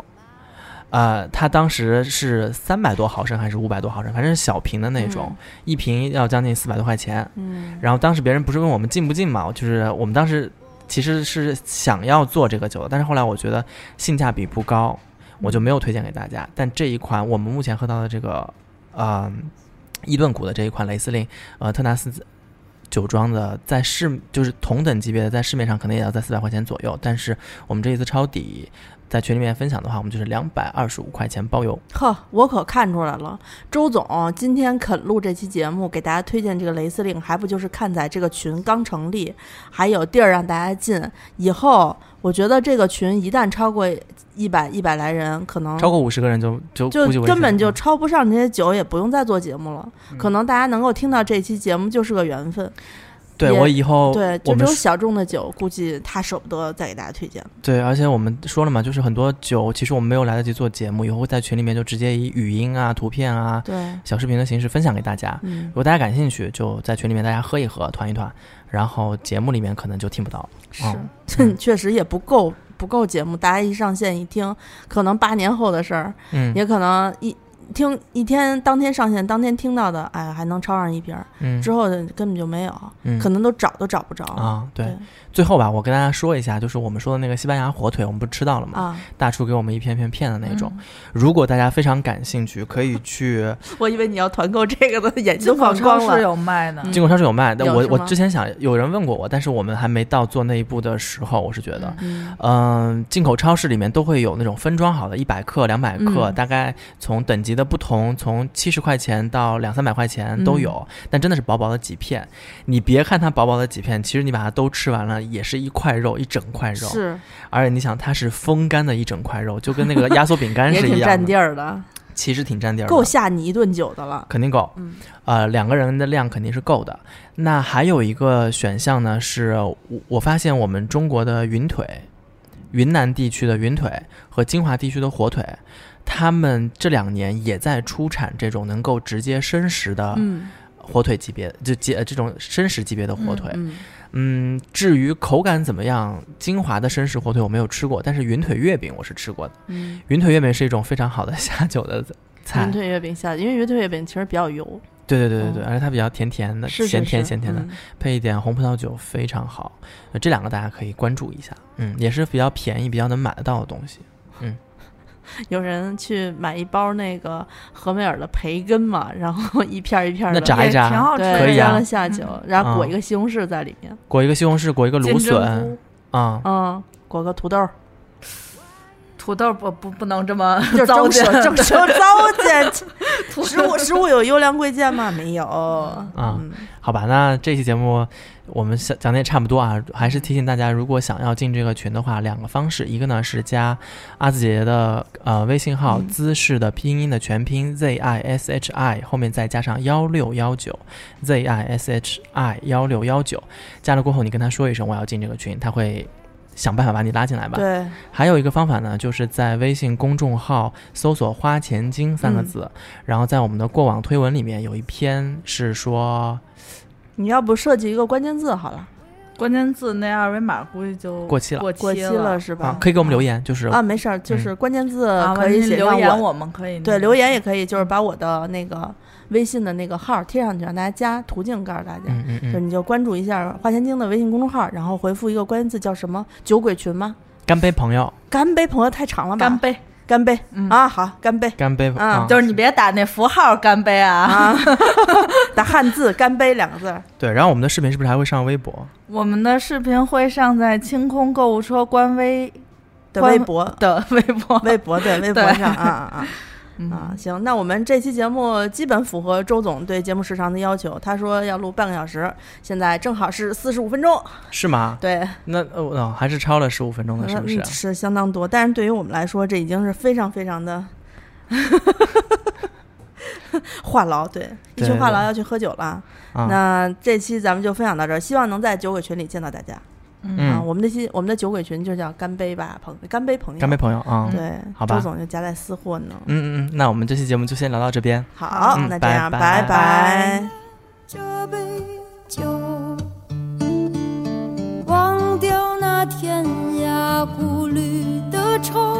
F: 呃，它当时是三百多毫升还是五百多毫升，反正是小瓶的那种，一瓶要将近四百多块钱。
A: 嗯，
F: 然后当时别人不是问我们进不进嘛，就是我们当时其实是想要做这个酒的，但是后来我觉得性价比不高，我就没有推荐给大家。但这一款我们目前喝到的这个，呃，伊顿谷的这一款雷司令，呃，特纳斯酒庄的，在市就是同等级别的，在市面上可能也要在四百块钱左右，但是我们这一次抄底。在群里面分享的话，我们就是两百二十五块钱包邮。
A: 呵，我可看出来了，周总今天肯录这期节目，给大家推荐这个雷司令，还不就是看在这个群刚成立，还有地儿让大家进。以后我觉得这个群一旦超过一百一百来人，可能
F: 超过五十个人就就
A: 哦就
F: 估计嗯危险
A: 根本就
F: 了
A: 超不上这些酒，也不用再做节目了。可能大家能够听到这期节目就是个缘分。
F: 对
A: 也
F: 我以后
A: 对，
F: 哦我
A: 就这
F: 们
A: 种小众的酒，估计他舍不得再给大家推荐了。
F: 对，而且我们说了嘛，就是很多酒，其实我们没有来得及做节目，以后会在群里面就直接以语音啊、图片啊、
A: 对，
F: 小视频的形式分享给大家。
A: 嗯
F: 如，果大家感兴趣，就在群里面大家喝一喝、团一团，然后节目里面可能就听不到了。 嗯
A: 是，确实也不够不够节目，大家一上线一听，可能八年后的事儿。
F: 嗯
A: 也可能一听一天当天上线当天听到的，哎，还能抄上一瓶儿，
F: 嗯
A: 之后的根本就没有，
F: 嗯
A: 可能都找都找不着
F: 啊，对
A: 对。
F: 最后吧，我跟大家说一下，就是我们说的那个西班牙火腿，我们不是吃到了吗？
A: 啊！嗯
F: 大厨给我们一片片片的那种。
E: 嗯
F: 如果大家非常感兴趣，可以去
A: 我以为你要团购这个的，眼睛
E: 进
A: 都
E: 口
A: 放
E: 超
A: 光
E: 市
A: 了。
E: 有卖的，
F: 进口超市有卖。但
A: 嗯有
F: 我
A: 是
F: 我
A: 吗
F: 之前想有人问过我，但是我们还没到做那一步的时候，我是觉得。
E: 嗯
A: 嗯
F: 嗯，进口超市里面都会有那种分装好的，一百克、两百克，
A: 嗯
F: 大概从等级的不同，从七十块钱到两三百块钱都有，
A: 嗯
F: 但真的是薄薄的几片。你别看它薄薄的几片，其实你把它都吃完了，也是一块肉，一整块肉。
A: 是
F: 而且你想，它是风干的一整块肉，就 跟那个压缩饼干
A: 也
F: 是一
A: 挺占
F: 样
A: 地
F: 的，
A: 儿的，
F: 其实挺占地儿的，
A: 够下你一顿酒的了。
F: 肯定够。
A: 嗯
F: 呃，两个人的量肯定是够的。那还有一个选项呢，是我我发现我们中国的云腿，云南地区的云腿和金华地区的火腿，他们这两年也在出产这种能够直接生食的
A: 嗯，
F: 火腿级别，就级呃这种生食级别的火腿。
A: 嗯
F: 嗯，至于口感怎么样，金华的生食火腿我没有吃过，但是云腿月饼我是吃过的。
A: 嗯，
F: 云腿月饼是一种非常好的 下酒的菜
A: 云，腿月饼下，因为云腿月饼其实比较油，
F: 对对对对对，
A: 哦
F: 而且它比较甜甜的，
A: 是嗯
F: 咸甜咸甜的，，
A: 是是
F: 配一点红葡萄酒非常好。呃这两个大家可以关注一下，嗯，也是比较便宜、比较能买得到的东西。
A: 嗯有人去买一包那个和美尔的培根嘛，然后一片儿一片儿
F: 那
A: 的
F: 炸一
E: 也挺
F: 炸，
E: 好吃
A: 对，嗯
E: 的，
F: 可以啊嗯
A: 加了下酒，然后裹一个西红柿在里面，
F: 裹一个西红柿，裹一个芦
E: 金针
F: 笋啊，
A: 嗯，裹个土豆儿，
E: 土豆不不不能这么
A: 就是
E: 糟
A: 正
E: 践
A: 说，正 说糟践。
E: 土
A: 食物食物有优良贵贱吗？没有啊嗯、
F: 好吧，那这期节目我们想讲的也差不多啊，还是提醒大家，如果想要进这个群的话，两个方式，一个呢是加阿紫姐姐的呃微信号“姿势”的拼音的全拼 Z I S H I，后面再加上幺六幺九 Z I S H I 幺六幺九，加了过后你跟她说一声我要进这个群，她会想办法把你拉进来吧。
A: 对，
F: 还有一个方法呢，就是在微信公众号搜索“花钱精”三个字，然后在我们的过往推文里面有一篇是说啊
A: 你要不设计一个关键字好了，
E: 关键字那二维码估计就
F: 过期了
E: 过期
A: 过期了
E: 了
A: 是吧
F: 啊，？可以给我嗯们留言，就是、
A: 啊，没事儿，就是关键字
E: 啊，
A: 可以
E: 完了
A: 写上
E: 留言，
A: 我嗯
E: 我们可以那
A: 对
E: 个
A: 留言也可以，就是把我的那个微信的那个号贴上去，让大家加，途径告诉大家。
F: 嗯嗯
A: 就
F: 嗯，
A: 你就关注一下花千精的微信公众号，然后回复一个关键字叫什么“酒鬼群”吗？
F: 干杯朋友，
A: 干杯，朋友太长了吧？
E: 干杯，
A: 干杯、
E: 嗯
A: 啊！好，干杯
F: 干杯朋友
A: 啊
E: 就是你别打那符号干杯啊。
A: 啊！打汉字“干杯”两个字儿。
F: 对，然后我们的视频是不是还会上微博？
E: 我们的视频会上在清空购物车官微
A: 的
E: 关
A: 微博，
E: 的微博。
A: 微博 对微博
E: 对嗯
A: 上啊 啊啊啊！行，那我们这期节目基本符合周总对节目时长的要求，他说要录半个小时，现在正好是四十五分钟，
F: 是吗？
A: 对，
F: 那呃、哦还是超了十五分钟的，是不啊是
A: 嗯？是相当多，但是对于我们来说，这已经是非常非常的 话痨，对，一
F: 对
A: 群话痨
F: 对
A: 要去喝酒了。
F: 啊，
A: 那这期咱们就分享到这儿，希望能在酒鬼群里见到大家、啊！
F: 嗯，
A: 我们这期我们的酒鬼群就叫干杯吧，朋干杯朋友，
F: 干杯朋友啊，嗯
A: 对，
F: 好吧
A: 周总就夹带私货呢。
F: 嗯嗯，那我们这期节目就先聊到这边。
A: 好，
F: 嗯
A: 那这
F: 拜
A: 样，
F: 拜
A: 拜拜
D: 这杯酒，忘掉那天涯孤旅的愁，